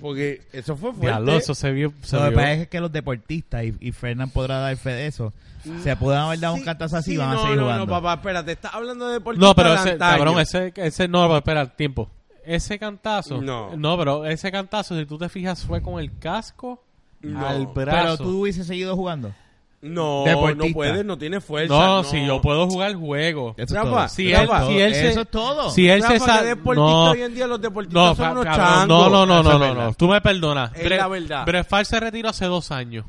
Speaker 3: Porque eso fue fuerte.
Speaker 1: Diablo, eso se vio. se
Speaker 2: Lo que
Speaker 1: vio.
Speaker 2: pasa es que los deportistas, y, y Fernán podrá dar fe de eso, se pueden haber dado un
Speaker 3: Sí,
Speaker 2: cantazo así
Speaker 3: sí,
Speaker 2: y van
Speaker 3: no,
Speaker 2: a seguir
Speaker 3: no,
Speaker 2: jugando.
Speaker 3: No, papá, espérate. Estás hablando de deporte.
Speaker 1: No, pero ese, cabrón, ese, ese, no, pero espera, tiempo. Ese cantazo,
Speaker 3: No.
Speaker 1: no. pero ese cantazo, si tú te fijas, fue con el casco
Speaker 3: No.
Speaker 1: al
Speaker 2: Pero
Speaker 1: brazo.
Speaker 2: tú hubieses seguido jugando.
Speaker 3: No,
Speaker 2: Deportista.
Speaker 3: no puedes, no tiene fuerza.
Speaker 1: no, si yo puedo jugar juego.
Speaker 2: Eso
Speaker 3: Rafa,
Speaker 2: es todo.
Speaker 1: Si
Speaker 2: eso,
Speaker 1: él-
Speaker 2: es todo.
Speaker 1: si él se-
Speaker 2: Eso es todo.
Speaker 1: Si él se
Speaker 3: Rafa,
Speaker 1: sa-
Speaker 3: que deportista
Speaker 1: no,
Speaker 3: hoy en día los deportistas
Speaker 1: no,
Speaker 3: son
Speaker 1: ca-
Speaker 3: unos
Speaker 1: cabrón,
Speaker 3: changos.
Speaker 1: no, no, no,
Speaker 2: Eso
Speaker 1: no,
Speaker 2: es
Speaker 1: no,
Speaker 2: verdad.
Speaker 1: no, tú me perdonas.
Speaker 3: Es la verdad.
Speaker 1: Brefar se retiró hace dos años.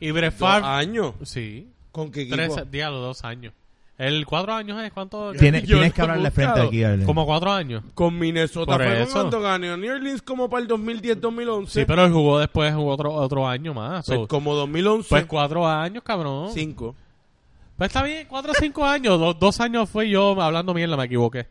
Speaker 1: Y
Speaker 3: Dos
Speaker 1: Brefar,
Speaker 3: años.
Speaker 1: sí,
Speaker 3: ¿Con qué equipo?
Speaker 1: tres, diablo, dos años. El cuatro años es cuánto,
Speaker 2: Tienes,
Speaker 3: yo
Speaker 2: tienes
Speaker 3: no
Speaker 2: que
Speaker 3: he
Speaker 2: hablarle
Speaker 3: buscado.
Speaker 2: frente aquí. Arlen.
Speaker 1: como cuatro años.
Speaker 3: Con Minnesota
Speaker 1: Por
Speaker 3: fue
Speaker 1: eso.
Speaker 3: con Antonio New Orleans como para el 2010-2011.
Speaker 1: Sí, pero él jugó después jugó otro, otro año más.
Speaker 3: Pues
Speaker 1: So,
Speaker 3: como 2011,
Speaker 1: pues cuatro años, cabrón.
Speaker 3: cinco.
Speaker 1: Pues está bien, cuatro o cinco años. Dos, dos años fue yo hablando mierda, me equivoqué.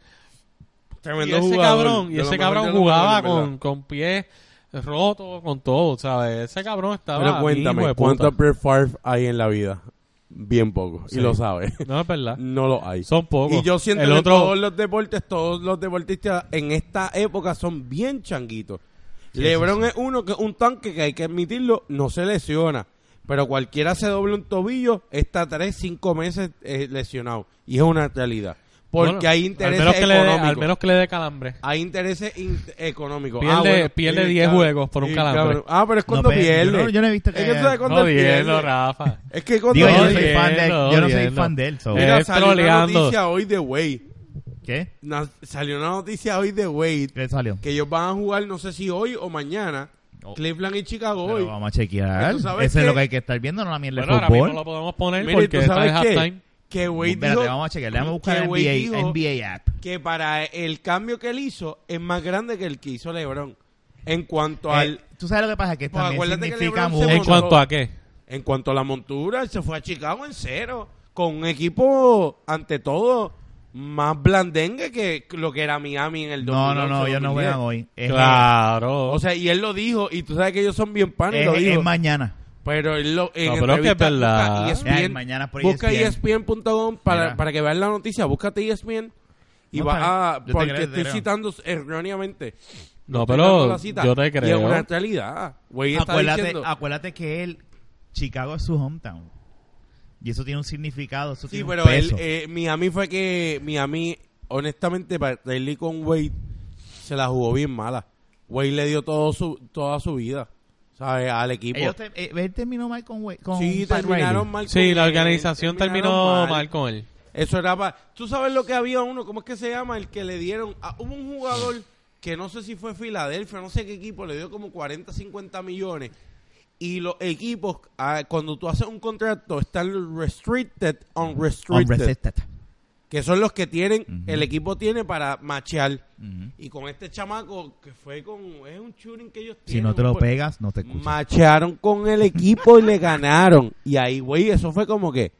Speaker 1: Y
Speaker 3: Tremendo
Speaker 1: ese
Speaker 3: jugador,
Speaker 1: cabrón, y
Speaker 3: de lo
Speaker 1: ese
Speaker 3: mejor de
Speaker 1: cabrón
Speaker 3: lo
Speaker 1: jugaba
Speaker 3: mejor, en
Speaker 1: con, con pies rotos, con todo, ¿sabes? Ese cabrón estaba.
Speaker 3: verdad. Pero
Speaker 1: hijo de
Speaker 3: cuéntame,
Speaker 1: puta.
Speaker 3: ¿cuántos Brett Favre hay en la vida? Bien poco,
Speaker 1: Sí.
Speaker 3: y lo sabes.
Speaker 1: No, es verdad.
Speaker 3: No lo hay.
Speaker 1: Son pocos.
Speaker 3: Y yo siento
Speaker 1: El
Speaker 3: que
Speaker 1: otro-
Speaker 3: todos los deportes, todos los deportistas en esta época son bien changuitos. Lebron es uno que un tanque que hay que admitirlo, no se lesiona. Pero cualquiera se doble un tobillo, está tres, cinco meses eh, lesionado. Y es una realidad. Porque
Speaker 1: Bueno,
Speaker 3: hay intereses
Speaker 1: al menos que le dé-
Speaker 3: económicos. Ah,
Speaker 1: al menos que le dé calambre.
Speaker 3: Hay intereses in- económicos. Ah,
Speaker 1: Pierde- pierde
Speaker 3: sí,
Speaker 1: 10
Speaker 3: cabrón.
Speaker 1: juegos por un
Speaker 3: Sí,
Speaker 1: calambre.
Speaker 3: cabrón. Ah, pero es cuando
Speaker 2: No, pero yo
Speaker 3: pierde.
Speaker 2: no- yo no he visto que
Speaker 3: Es que tú
Speaker 2: haya-
Speaker 3: sabes cuando
Speaker 1: Jodiendo,
Speaker 3: pierde.
Speaker 1: Rafa.
Speaker 3: Es que cuando
Speaker 2: Digo, yo no
Speaker 3: pierde-
Speaker 2: soy fan de él. Yo no soy
Speaker 1: jodiendo.
Speaker 2: fan de él. so-
Speaker 1: Eh.
Speaker 3: Mira, salió una
Speaker 1: troleando.
Speaker 3: noticia hoy de Wade.
Speaker 2: ¿Qué?
Speaker 3: Na- salió una noticia hoy de Wade
Speaker 2: ¿Qué salió?
Speaker 3: que ellos van a jugar no sé si hoy o mañana
Speaker 2: Oh.
Speaker 3: Cleveland y Chicago
Speaker 2: Pero
Speaker 3: hoy
Speaker 2: vamos a chequear.
Speaker 3: ¿Tú
Speaker 2: Eso
Speaker 3: sabes
Speaker 2: es
Speaker 3: qué?
Speaker 2: lo que hay que estar viendo, no la mierda
Speaker 1: Bueno,
Speaker 2: de
Speaker 1: ahora mismo lo
Speaker 2: fútbol.
Speaker 1: podemos poner
Speaker 3: Mire,
Speaker 1: porque
Speaker 3: ¿tú
Speaker 1: está en
Speaker 3: sabes qué?
Speaker 1: halftime.
Speaker 3: que Wade
Speaker 2: Espérate,
Speaker 3: dijo
Speaker 2: vamos a chequear. Déjame buscar
Speaker 3: que
Speaker 2: NBA,
Speaker 3: Wade dijo-
Speaker 2: NBA app.
Speaker 3: que para el cambio que él hizo es más grande que el que hizo LeBron en cuanto
Speaker 2: Eh,
Speaker 3: al
Speaker 2: Tú sabes lo que pasa, que
Speaker 3: Pues
Speaker 2: también
Speaker 3: acuérdate que
Speaker 2: significa
Speaker 3: LeBron se
Speaker 1: ¿En
Speaker 2: mucho.
Speaker 1: cuanto a qué?
Speaker 3: en cuanto a la montura él se fue a Chicago en cero con un equipo ante todo más blandengue que lo que era Miami en el
Speaker 2: No, no, no,
Speaker 3: 2011,
Speaker 2: ellos no
Speaker 3: 2010.
Speaker 2: juegan hoy. Es,
Speaker 1: Claro.
Speaker 3: o sea y él lo dijo y tú sabes que ellos son bien panes
Speaker 2: es-
Speaker 3: lo dijo
Speaker 2: es mañana.
Speaker 3: Pero él lo, en
Speaker 1: No, pero es que es
Speaker 3: entrevista
Speaker 1: verdad.
Speaker 3: busca E ESPN,
Speaker 2: Ay, mañana por E
Speaker 3: busca E
Speaker 2: ESPN.
Speaker 3: ESPN.com para,
Speaker 2: Mira.
Speaker 3: para que vean la noticia. Búscate E ESPN y
Speaker 2: No,
Speaker 3: vas
Speaker 2: está
Speaker 3: a...
Speaker 2: bien. Yo te
Speaker 3: porque
Speaker 2: creo, te
Speaker 3: estoy
Speaker 2: creo.
Speaker 3: citando erróneamente.
Speaker 1: No,
Speaker 3: Estoy
Speaker 1: pero
Speaker 3: dando la cita.
Speaker 1: yo te
Speaker 3: Y es
Speaker 1: creo.
Speaker 3: una realidad. Güey, está
Speaker 2: Acuérdate,
Speaker 3: diciendo...
Speaker 2: acuérdate que él, Chicago es su hometown. Y eso tiene un significado, eso
Speaker 3: Sí,
Speaker 2: tiene
Speaker 3: pero
Speaker 2: un peso.
Speaker 3: él, eh, Miami fue que... Miami, honestamente, para Daily con Wade, se la jugó bien mala. Wade le dio todo su, toda su vida, ¿sabes? Al equipo.
Speaker 2: Ellos te- eh, él terminó mal con, Wade- con
Speaker 3: sí,
Speaker 2: Pat
Speaker 3: terminaron
Speaker 2: Riley.
Speaker 3: mal.
Speaker 1: sí,
Speaker 3: con
Speaker 1: la
Speaker 3: él,
Speaker 1: organización
Speaker 3: terminaron
Speaker 1: terminó mal con él.
Speaker 3: Eso era para... ¿Tú sabes lo que había uno? ¿Cómo es que se llama? El que le dieron... a- hubo un jugador que no sé si fue Filadelfia, no sé qué equipo, le dio como 40, 50 millones. Y los equipos, ah, cuando tú haces un contrato, están restricted, unrestricted.
Speaker 2: Unresisted.
Speaker 3: que son los que tienen,
Speaker 2: Ujú.
Speaker 3: el equipo tiene para machear.
Speaker 2: Ujú.
Speaker 3: Y con este chamaco que fue con... Es un shooting que ellos
Speaker 2: Si
Speaker 3: tienen. pues,
Speaker 2: no te lo
Speaker 3: un-
Speaker 2: pegas, no te escuchas.
Speaker 3: Machearon con el equipo y le ganaron. Y ahí, güey, eso fue como que,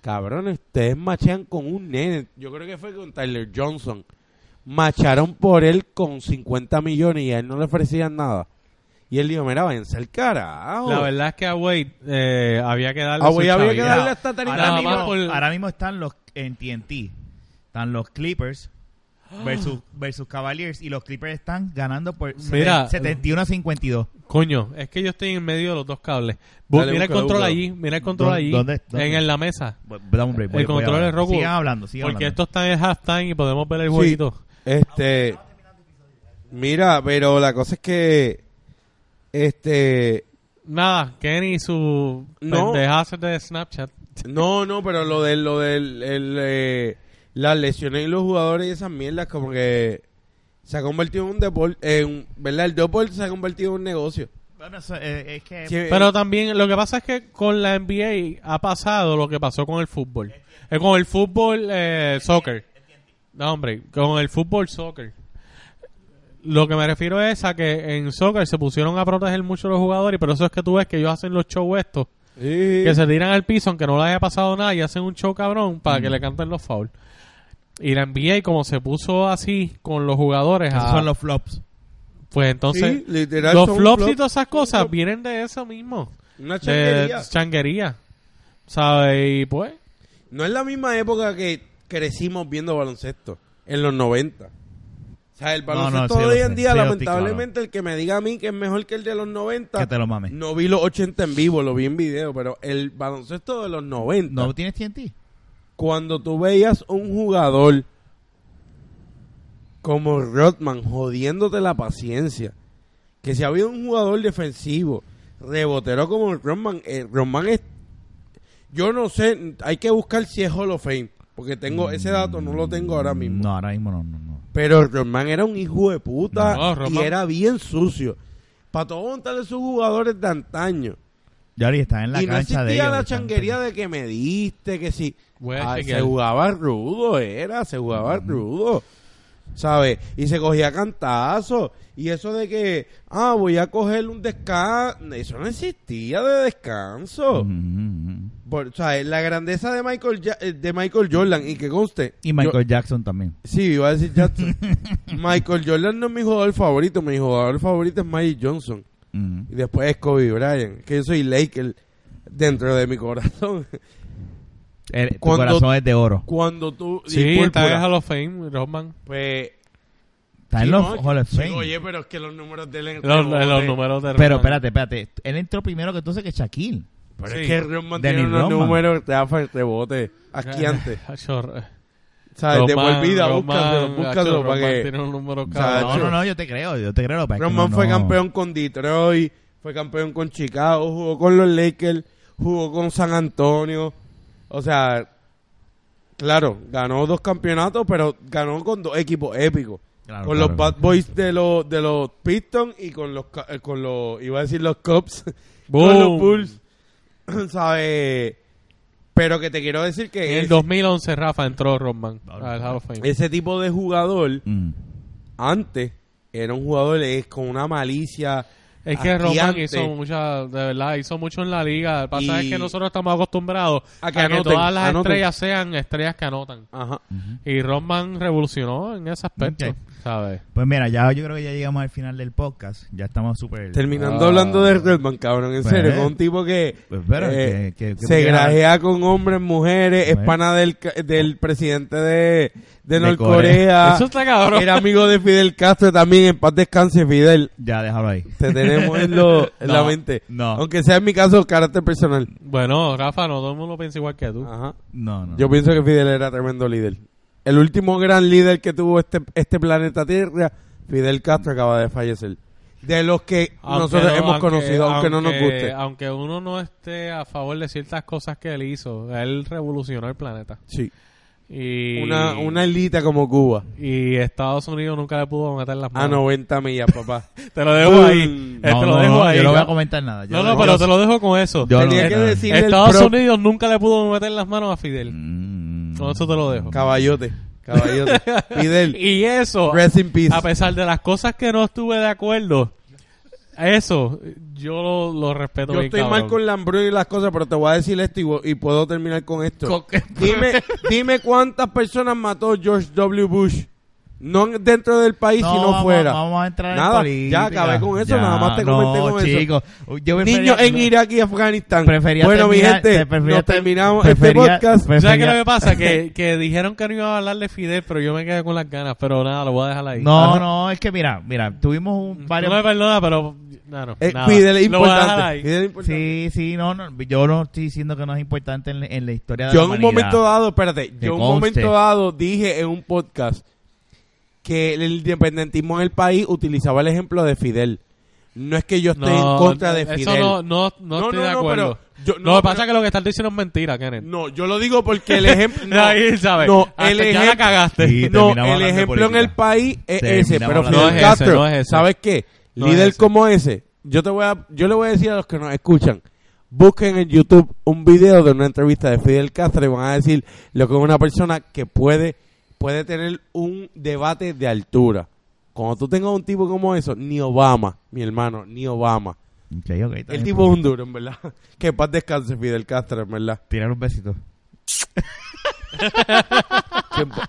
Speaker 3: cabrón, ustedes machean con un nene. Yo creo que fue con Tyler Johnson. Macharon por él con 50 millones y a él no le ofrecían nada. Y él dijo, mira, váyanse al carajo.
Speaker 1: La verdad es que a Wade eh, había que darle
Speaker 3: A
Speaker 1: su
Speaker 3: Wade había que
Speaker 1: chavita.
Speaker 3: darle hasta
Speaker 2: Ahora
Speaker 1: Nada
Speaker 2: mismo,
Speaker 1: más por-
Speaker 2: ahora mismo están los en TNT. Están los Clippers versus, versus Cavaliers. Y los Clippers están ganando por
Speaker 1: Mira.
Speaker 2: 71 a 52.
Speaker 1: Coño, es que yo estoy en medio de los dos cables. Bu-
Speaker 3: Dale,
Speaker 1: mira el
Speaker 3: búscalo,
Speaker 1: control
Speaker 3: búscalo.
Speaker 1: allí, mira el control
Speaker 2: ¿Dó-
Speaker 1: allí.
Speaker 2: dónde- dónde?
Speaker 1: En, en la mesa.
Speaker 2: Bu- dame un break, voy-
Speaker 1: el
Speaker 2: voy a
Speaker 1: control
Speaker 2: hablar.
Speaker 1: es rojo.
Speaker 2: Sigan hablando, sigan
Speaker 1: Porque
Speaker 2: hablando.
Speaker 1: esto está en el halftime y podemos ver el
Speaker 3: Sí,
Speaker 1: jueguito.
Speaker 3: Este, mira, pero la cosa es que, este,
Speaker 1: Nada, Kenny y su
Speaker 3: No.
Speaker 1: pendejazo de Snapchat.
Speaker 3: No, no, pero lo de lo del el, eh, las lesiones y los jugadores y esas mierdas como que se ha convertido en un deporte, en verdad, el deporte se ha convertido en un negocio.
Speaker 2: Bueno, eso, eh, es que...
Speaker 3: Sí, eh,
Speaker 1: Pero también lo que pasa es que con la NBA ha pasado lo que pasó con el fútbol. Eh, con el fútbol eh, soccer. No, hombre, con el fútbol soccer. Lo que me refiero es a que en soccer se pusieron a proteger mucho los jugadores y por eso es que tú ves que ellos hacen los shows estos, que se tiran al piso aunque no les haya pasado nada y hacen un show cabrón para
Speaker 3: Mm.
Speaker 1: que le canten los fouls. Y la NBA como se puso así con los jugadores,
Speaker 2: Esos
Speaker 1: a-
Speaker 3: ah.
Speaker 2: son los flops.
Speaker 1: pues entonces
Speaker 3: Sí, literal,
Speaker 1: los
Speaker 3: son
Speaker 1: flops
Speaker 3: flop.
Speaker 1: y todas esas cosas
Speaker 3: flop.
Speaker 1: vienen de eso mismo,
Speaker 3: Una
Speaker 1: de
Speaker 2: eh,
Speaker 3: changuería.
Speaker 1: Eh, changuería, ¿sabes? Y pues
Speaker 3: No es la misma época que crecimos viendo baloncesto, en los 90. O sea, el
Speaker 2: No, no,
Speaker 3: baloncesto
Speaker 2: sí lo
Speaker 3: de hoy
Speaker 2: sé,
Speaker 3: en día,
Speaker 2: sí lo estoy
Speaker 3: lamentablemente, el que me diga a mí que es mejor que el de los 90,
Speaker 2: Que te lo mames.
Speaker 3: no vi los 80 en vivo, lo vi en video, pero el baloncesto de los 90,
Speaker 2: ¿No tienes TNT?
Speaker 3: cuando tú veías un jugador como Rodman jodiéndote la paciencia, que si había un jugador defensivo, rebotero como Rodman, eh, Rodman es, yo no sé, hay que buscar si es Hall of Fame, porque tengo ese dato, no lo tengo ahora mismo.
Speaker 2: No, ahora mismo no, no, no.
Speaker 3: Pero Román era un hijo de puta
Speaker 1: No,
Speaker 3: y
Speaker 1: Rodman-
Speaker 3: era bien sucio. Para todos montarle sus jugadores de antaño.
Speaker 2: Ya ahorita está en la
Speaker 3: y no
Speaker 2: cancha
Speaker 3: existía
Speaker 2: de ellos.
Speaker 3: la
Speaker 2: de Champions.
Speaker 3: changuería de que me diste, que si...
Speaker 1: Voy a
Speaker 3: Ah, se
Speaker 1: chequear.
Speaker 3: jugaba rudo, era, se jugaba rudo. ¿Sabes? Y se cogía cantazos. Y eso de que, ah, voy a coger un descanso. Eso no existía de descanso.
Speaker 2: Ujú, ujú.
Speaker 3: Por- o sea, la grandeza de Michael, Ja- eh, de Michael Jordan, y que conste.
Speaker 2: Y Michael Jackson también.
Speaker 3: yo- sí, iba a decir Jackson. Michael Jordan no es mi jugador favorito. Mi jugador favorito es Magic Johnson.
Speaker 2: Ujú.
Speaker 3: Y después es Kobe Bryant. Que yo soy Laker dentro de mi corazón.
Speaker 2: El- tu
Speaker 3: Cuando-
Speaker 2: corazón es de oro.
Speaker 3: Cuando tú. y
Speaker 1: sí, está en
Speaker 3: púrpura.
Speaker 1: Hall of Fame, Rodman.
Speaker 3: Pues.
Speaker 2: Está en
Speaker 3: sí,
Speaker 2: los
Speaker 3: no,
Speaker 2: Hall of
Speaker 3: sí,
Speaker 2: Fame.
Speaker 3: Oye, pero es que los números de él en
Speaker 1: Los,
Speaker 3: rebote-
Speaker 1: los números de
Speaker 2: Pero
Speaker 1: Rodman.
Speaker 2: espérate, espérate. Él entró primero que entonces que Shaquille.
Speaker 3: Pero
Speaker 1: Sí.
Speaker 3: es que Rodman
Speaker 2: Dennis
Speaker 3: tiene unos
Speaker 2: Rodman.
Speaker 3: números te hace el rebote.
Speaker 1: Eh,
Speaker 3: Aquí antes. Ah,
Speaker 1: Hacho,
Speaker 3: O sea, te
Speaker 1: Román,
Speaker 3: olvida,
Speaker 1: Román,
Speaker 3: búscalo, búscalo
Speaker 1: Hacho,
Speaker 3: para
Speaker 1: Román
Speaker 3: que.
Speaker 1: tiene un número
Speaker 3: sea,
Speaker 1: cabrón.
Speaker 2: No, no, no, yo te creo, yo te creo. lo que pasa es que
Speaker 3: Román
Speaker 2: no,
Speaker 3: fue
Speaker 2: no.
Speaker 3: campeón con Detroit, fue campeón con Chicago, jugó con los Lakers, jugó con San Antonio. O sea, claro, ganó dos campeonatos, pero ganó con dos equipos épicos.
Speaker 2: Claro,
Speaker 3: con
Speaker 2: claro,
Speaker 3: los
Speaker 2: claro.
Speaker 3: Bad Boys de los de los Pistons y con los ca- eh, con los iba a decir los Cubs, con los
Speaker 1: Boom.
Speaker 3: Bulls, ¿sabes? Pero que te quiero decir
Speaker 1: En
Speaker 3: que
Speaker 1: el
Speaker 3: es-
Speaker 1: 2011 Rafa entró Rodman
Speaker 2: Ahora.
Speaker 1: al Hall of Fame.
Speaker 3: ese tipo de jugador
Speaker 2: Mm.
Speaker 3: antes era un jugador eh, con una malicia
Speaker 1: Es que Rodman
Speaker 3: hastiante.
Speaker 1: hizo mucha, de verdad, hizo mucho en la liga. El pasa
Speaker 3: Y-
Speaker 1: es que nosotros estamos acostumbrados
Speaker 3: A
Speaker 1: a
Speaker 3: que
Speaker 1: que,
Speaker 3: anoten,
Speaker 1: todas las
Speaker 3: anoten.
Speaker 1: estrellas sean estrellas que anotan.
Speaker 3: Ajá.
Speaker 1: Y Rodman revolucionó en ese aspecto,
Speaker 2: Ok.
Speaker 1: ¿sabes?
Speaker 2: Pues mira, ya yo creo que ya llegamos al final del podcast. Ya estamos súper.
Speaker 3: Terminando
Speaker 1: Ah.
Speaker 3: hablando de Redman, cabrón, en
Speaker 2: Pues,
Speaker 3: serio, con un tipo que,
Speaker 2: pues, espera,
Speaker 3: eh,
Speaker 2: que- que- que-
Speaker 3: se
Speaker 2: que-
Speaker 3: grajea con hombres, mujeres, es
Speaker 2: Bueno.
Speaker 3: pana del, ca- del presidente de, de
Speaker 2: De
Speaker 3: Norcorea,
Speaker 1: Eso está cabrón.
Speaker 3: era amigo de Fidel Castro también, en paz descanse Fidel,
Speaker 2: Ya, déjalo ahí.
Speaker 3: te tenemos en, lo, en
Speaker 2: No,
Speaker 3: la mente,
Speaker 2: no.
Speaker 3: aunque sea en mi caso carácter personal.
Speaker 1: Bueno, Rafa, no todo el mundo piensa igual que tú.
Speaker 3: Ajá.
Speaker 2: No, no.
Speaker 3: Yo pienso que Fidel era tremendo líder. El último gran líder que tuvo este, este planeta Tierra, Fidel Castro acaba de fallecer. De los que
Speaker 1: Aunque
Speaker 3: nosotros
Speaker 1: no-
Speaker 3: hemos conocido, aunque, no nos guste.
Speaker 1: Aunque uno no esté a favor de ciertas cosas que él hizo, él revolucionó el planeta.
Speaker 3: Sí.
Speaker 1: Y,
Speaker 3: Una, una elita como Cuba.
Speaker 1: y Estados Unidos nunca le pudo meter las
Speaker 3: A
Speaker 1: manos.
Speaker 3: 90 millas, papá.
Speaker 1: Te lo dejo
Speaker 3: Ah, Boom.
Speaker 1: ahí. Eh,
Speaker 3: este
Speaker 2: No,
Speaker 1: te
Speaker 2: no,
Speaker 1: lo dejo
Speaker 2: no,
Speaker 1: ahí.
Speaker 2: Yo no voy a comentar nada. Yo
Speaker 1: no, no,
Speaker 2: yo-
Speaker 1: pero te lo dejo con eso.
Speaker 2: Yo
Speaker 3: Tenía
Speaker 2: no-
Speaker 3: que
Speaker 2: no.
Speaker 3: decir el
Speaker 1: Estados
Speaker 3: pro-
Speaker 1: Unidos nunca le pudo meter las manos a Fidel.
Speaker 2: Mm.
Speaker 1: Con eso te lo dejo.
Speaker 3: Caballote. Caballote. Fidel.
Speaker 1: Y ah, pues, eso,
Speaker 3: Rest in peace.
Speaker 1: a pesar de las cosas que no estuve de acuerdo, eso yo lo, lo respeto.
Speaker 3: Yo
Speaker 1: bien,
Speaker 3: estoy
Speaker 1: cabrón.
Speaker 3: mal con la hambruna y las cosas, pero te voy a decir esto y, vo- y puedo terminar con esto. Dime, dime cuántas personas mató George W. Bush. No en- dentro del país,
Speaker 2: No,
Speaker 3: sino
Speaker 2: vamos-
Speaker 3: fuera.
Speaker 2: Vamos a entrar
Speaker 3: Nada,
Speaker 2: en política.
Speaker 3: ya acabé con eso, nada más te comenté
Speaker 2: no,
Speaker 3: con eso.
Speaker 2: chicos, yo prefería-
Speaker 3: Niños en Irak y Afganistán.
Speaker 2: Prefería
Speaker 3: bueno,
Speaker 2: terminar-
Speaker 3: mi gente,
Speaker 2: te- prefería
Speaker 3: nos
Speaker 2: ter-
Speaker 3: terminamos
Speaker 2: prefería-
Speaker 3: este
Speaker 1: ¿Sabes
Speaker 3: podcast.
Speaker 1: qué
Speaker 2: Prefería-
Speaker 1: es lo que pasa? que, que dijeron que no iba a hablar de Fidel, pero yo me quedé con las ganas. Pero nada, lo voy a dejar ahí.
Speaker 2: No, no, es que mira, mira, tuvimos un
Speaker 1: Tú
Speaker 2: varios
Speaker 1: me perdonas, pero. no, no,
Speaker 3: Eh,
Speaker 1: nada.
Speaker 3: Fidel es
Speaker 1: Lo voy a dejar
Speaker 3: importante.
Speaker 1: ahí.
Speaker 3: Fidel es importante.
Speaker 2: Sí, sí, no, no, yo no estoy diciendo que no es importante en, la- en la historia de
Speaker 3: Yo
Speaker 2: la
Speaker 3: en un
Speaker 2: humanidad.
Speaker 3: momento dado, espérate, yo
Speaker 2: Que
Speaker 3: en un
Speaker 2: conste.
Speaker 3: momento dado dije en un podcast que el independentismo en el país utilizaba el ejemplo de Fidel. No es que yo esté
Speaker 1: No,
Speaker 3: en contra de
Speaker 1: eso
Speaker 3: Fidel.
Speaker 1: no, no, no,
Speaker 3: No,
Speaker 1: estoy
Speaker 3: no,
Speaker 1: de
Speaker 3: no,
Speaker 1: acuerdo.
Speaker 3: pero yo-
Speaker 1: lo
Speaker 3: no,
Speaker 1: que pasa
Speaker 3: pero-
Speaker 1: es que lo que estás diciendo es mentira, Kenneth.
Speaker 3: No, yo lo digo porque el ejemplo. No,
Speaker 1: Ahí, ¿sabes?
Speaker 3: no,
Speaker 1: Hasta
Speaker 3: el
Speaker 1: ya la
Speaker 3: ejemplo.
Speaker 1: cagaste.
Speaker 2: Sí,
Speaker 3: no,
Speaker 2: terminamos
Speaker 3: el
Speaker 2: hablando de
Speaker 3: ejemplo en
Speaker 2: política.
Speaker 3: el país es
Speaker 2: Terminamos
Speaker 3: ese, pero
Speaker 2: hablando de
Speaker 1: política.
Speaker 3: Fidel
Speaker 1: No es ese,
Speaker 3: Castro,
Speaker 1: no es ese.
Speaker 3: ¿sabes qué?
Speaker 1: No
Speaker 3: Líder
Speaker 1: es ese.
Speaker 3: como ese, yo te voy a, yo le voy a decir a los que nos escuchan, busquen en YouTube un video de una entrevista de Fidel Castro y van a decir lo que es una persona que puede, puede tener un debate de altura. Cuando tú tengas un tipo como eso, ni Obama, mi hermano, ni Obama.
Speaker 2: Ok, ok, está
Speaker 3: El
Speaker 2: bien. pues,
Speaker 3: tipo es un duro, en verdad. Que en paz descanse Fidel Castro, en verdad.
Speaker 2: Tirar un besito.
Speaker 3: Que en pa-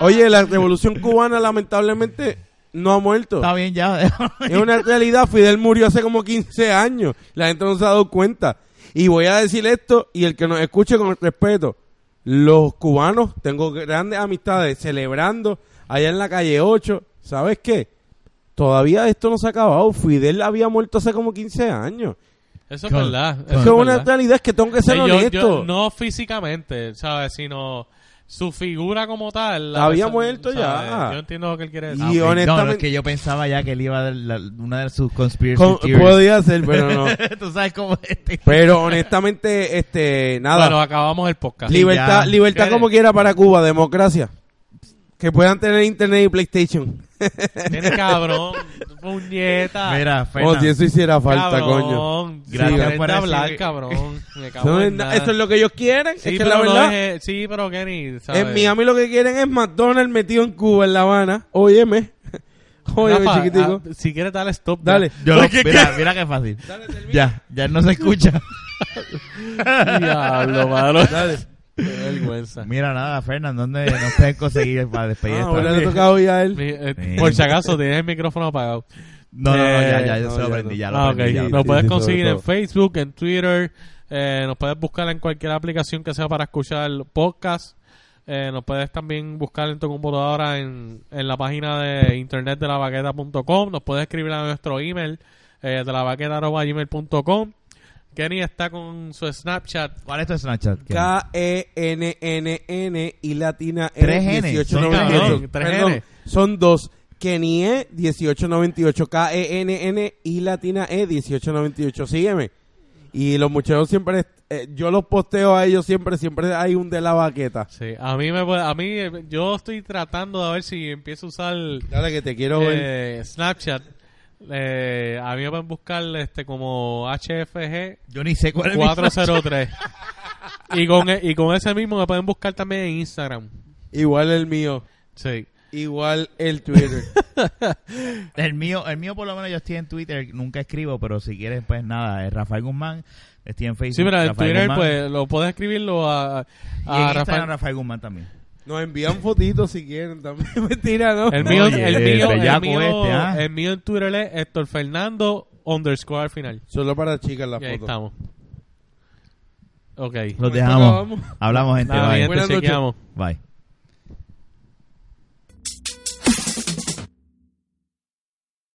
Speaker 3: Oye, la revolución cubana lamentablemente no ha muerto.
Speaker 2: Está bien, ya.
Speaker 3: Es una realidad. Fidel murió hace como 15 años. La gente no se ha dado cuenta. Y voy a decir esto, y el que nos escuche con respeto. Los cubanos, tengo grandes amistades celebrando allá en la calle 8. ¿Sabes qué? Todavía esto no se ha acabado. Fidel había muerto hace como 15 años.
Speaker 1: Eso es
Speaker 2: Con-
Speaker 1: verdad.
Speaker 2: con-
Speaker 1: Eso
Speaker 3: Eso
Speaker 1: es
Speaker 3: es una
Speaker 1: verdad. Pues
Speaker 3: realidad es que tengo que ser
Speaker 1: Yo- yo-
Speaker 3: honesto.
Speaker 1: no físicamente, ¿sabes? Sino su figura como tal. la
Speaker 3: Había muerto ya.
Speaker 1: Yo entiendo lo que él quiere decir.
Speaker 2: Ah,
Speaker 3: Y
Speaker 2: ok. No, no,
Speaker 3: honestamente-
Speaker 2: es que yo pensaba ya que él iba a dar la- una de sus conspiracy
Speaker 3: Con-
Speaker 2: theories.
Speaker 3: podía ser, pero no.
Speaker 2: Tú sabes cómo es este.
Speaker 3: Pero honestamente, este, nada.
Speaker 1: Ah, Bueno, acabamos el podcast.
Speaker 2: Li-
Speaker 3: libertad,
Speaker 2: ya.
Speaker 3: libertad como quiera para Cuba, democracia. Que puedan tener internet y PlayStation.
Speaker 1: Tienes cabrón, puñeta.
Speaker 2: Mira,
Speaker 3: Oh,
Speaker 2: Fernan,
Speaker 3: si eso hiciera falta,
Speaker 1: cabrón,
Speaker 3: coño.
Speaker 1: Gracias
Speaker 2: Gracias por
Speaker 1: hablar,
Speaker 2: decir-
Speaker 1: cabrón. Me cago
Speaker 3: Eso no es
Speaker 1: en
Speaker 3: na-
Speaker 1: nada.
Speaker 3: eso es lo que ellos quieren.
Speaker 1: Sí,
Speaker 3: es que
Speaker 1: pero
Speaker 3: la
Speaker 1: no
Speaker 3: verdad,
Speaker 1: es- sí, pero Kenny, ¿sabes?
Speaker 3: en Miami lo que quieren es McDonald's metido en Cuba, en La Habana. Óyeme. Óyeme,
Speaker 1: Rafa,
Speaker 3: chiquitico.
Speaker 1: ah, si quieres, dale stop. ya.
Speaker 3: Dale.
Speaker 2: yo lo-
Speaker 3: Oye,
Speaker 2: mira, mira qué fácil.
Speaker 3: Dale, termina.
Speaker 2: Ya, ya no se escucha.
Speaker 1: Diablo, mano. Qué vergüenza.
Speaker 2: Mira, nada, Fernan, ¿dónde nos pueden conseguir para
Speaker 1: pues,
Speaker 2: despedir
Speaker 3: Ah,
Speaker 2: esto?
Speaker 3: ahora le toca hoy a él.
Speaker 1: Mi- eh,
Speaker 2: Sí.
Speaker 1: Por si acaso, tienes el micrófono apagado.
Speaker 2: No, no, no, ya, ya,
Speaker 3: Eh,
Speaker 2: yo
Speaker 3: no,
Speaker 2: se
Speaker 3: ya
Speaker 2: lo
Speaker 3: no.
Speaker 2: aprendí, ya lo
Speaker 1: Ah, ok.
Speaker 2: aprendí. ya lo
Speaker 3: No.
Speaker 1: Nos
Speaker 3: sí,
Speaker 1: puedes
Speaker 3: sí, sobre
Speaker 1: conseguir en
Speaker 3: todo.
Speaker 1: Facebook, en Twitter. eh, nos puedes buscar en cualquier aplicación que sea para escuchar podcast. Eh, nos puedes también buscar en tu computadora en, en la página de internet de lavaqueta.com. Nos puedes escribir a nuestro email eh, de lavaqueta.gmail.com. Kenny está con su Snapchat.
Speaker 2: ¿Cuál es tu Snapchat? ¿Qué?
Speaker 3: E K-E-N-N-N y latina E
Speaker 2: Tres Ns, son
Speaker 3: 1898.
Speaker 1: cabrón, tres
Speaker 3: Perdón,
Speaker 1: Ns.
Speaker 3: son dos. Kenny E 1898. K-E-N-N y latina E 1898. Sígueme. Y los muchachos siempre, eh, yo los posteo a ellos siempre, siempre hay un de la baqueta.
Speaker 1: Sí, a mí me puede- a mí eh, yo estoy tratando de ver si empiezo a usar
Speaker 3: Dale que te quiero ver.
Speaker 1: eh, Snapchat. Eh, a mí me pueden buscar este como HFG
Speaker 2: Yo ni sé cuál es mi Snapchat.
Speaker 1: 403. y, con, e- y con ese mismo me pueden buscar también en Instagram.
Speaker 3: Igual el mío.
Speaker 1: Sí.
Speaker 3: Igual el Twitter.
Speaker 2: El mío, el mío por lo menos yo estoy en Twitter, nunca escribo, pero si quieres, pues nada, es Rafael Guzmán, estoy en Facebook.
Speaker 1: Sí, pero en
Speaker 2: Rafael
Speaker 1: Twitter
Speaker 2: Guzmán,
Speaker 1: pues lo puedes escribirlo a,
Speaker 2: y en
Speaker 1: a
Speaker 2: Instagram,
Speaker 1: Rafael.
Speaker 2: Rafael Guzmán también.
Speaker 3: Nos envían fotitos si quieren también. Mentira, ¿no?
Speaker 1: El mío,
Speaker 2: Oye,
Speaker 1: el
Speaker 2: el
Speaker 1: mío, el
Speaker 2: bellaco
Speaker 1: mío,
Speaker 2: este, ah.
Speaker 1: el mío en Twitter es Héctor Fernando underscore al final.
Speaker 3: Solo para chicas la
Speaker 1: Y ahí
Speaker 3: foto.
Speaker 1: estamos. Ok.
Speaker 2: Los
Speaker 3: Con esto
Speaker 2: dejamos.
Speaker 3: acabamos.
Speaker 2: Hablamos, gente.
Speaker 1: Nada,
Speaker 2: bye.
Speaker 1: bien, te
Speaker 3: Buenas noches.
Speaker 1: chequeamos.
Speaker 2: Bye.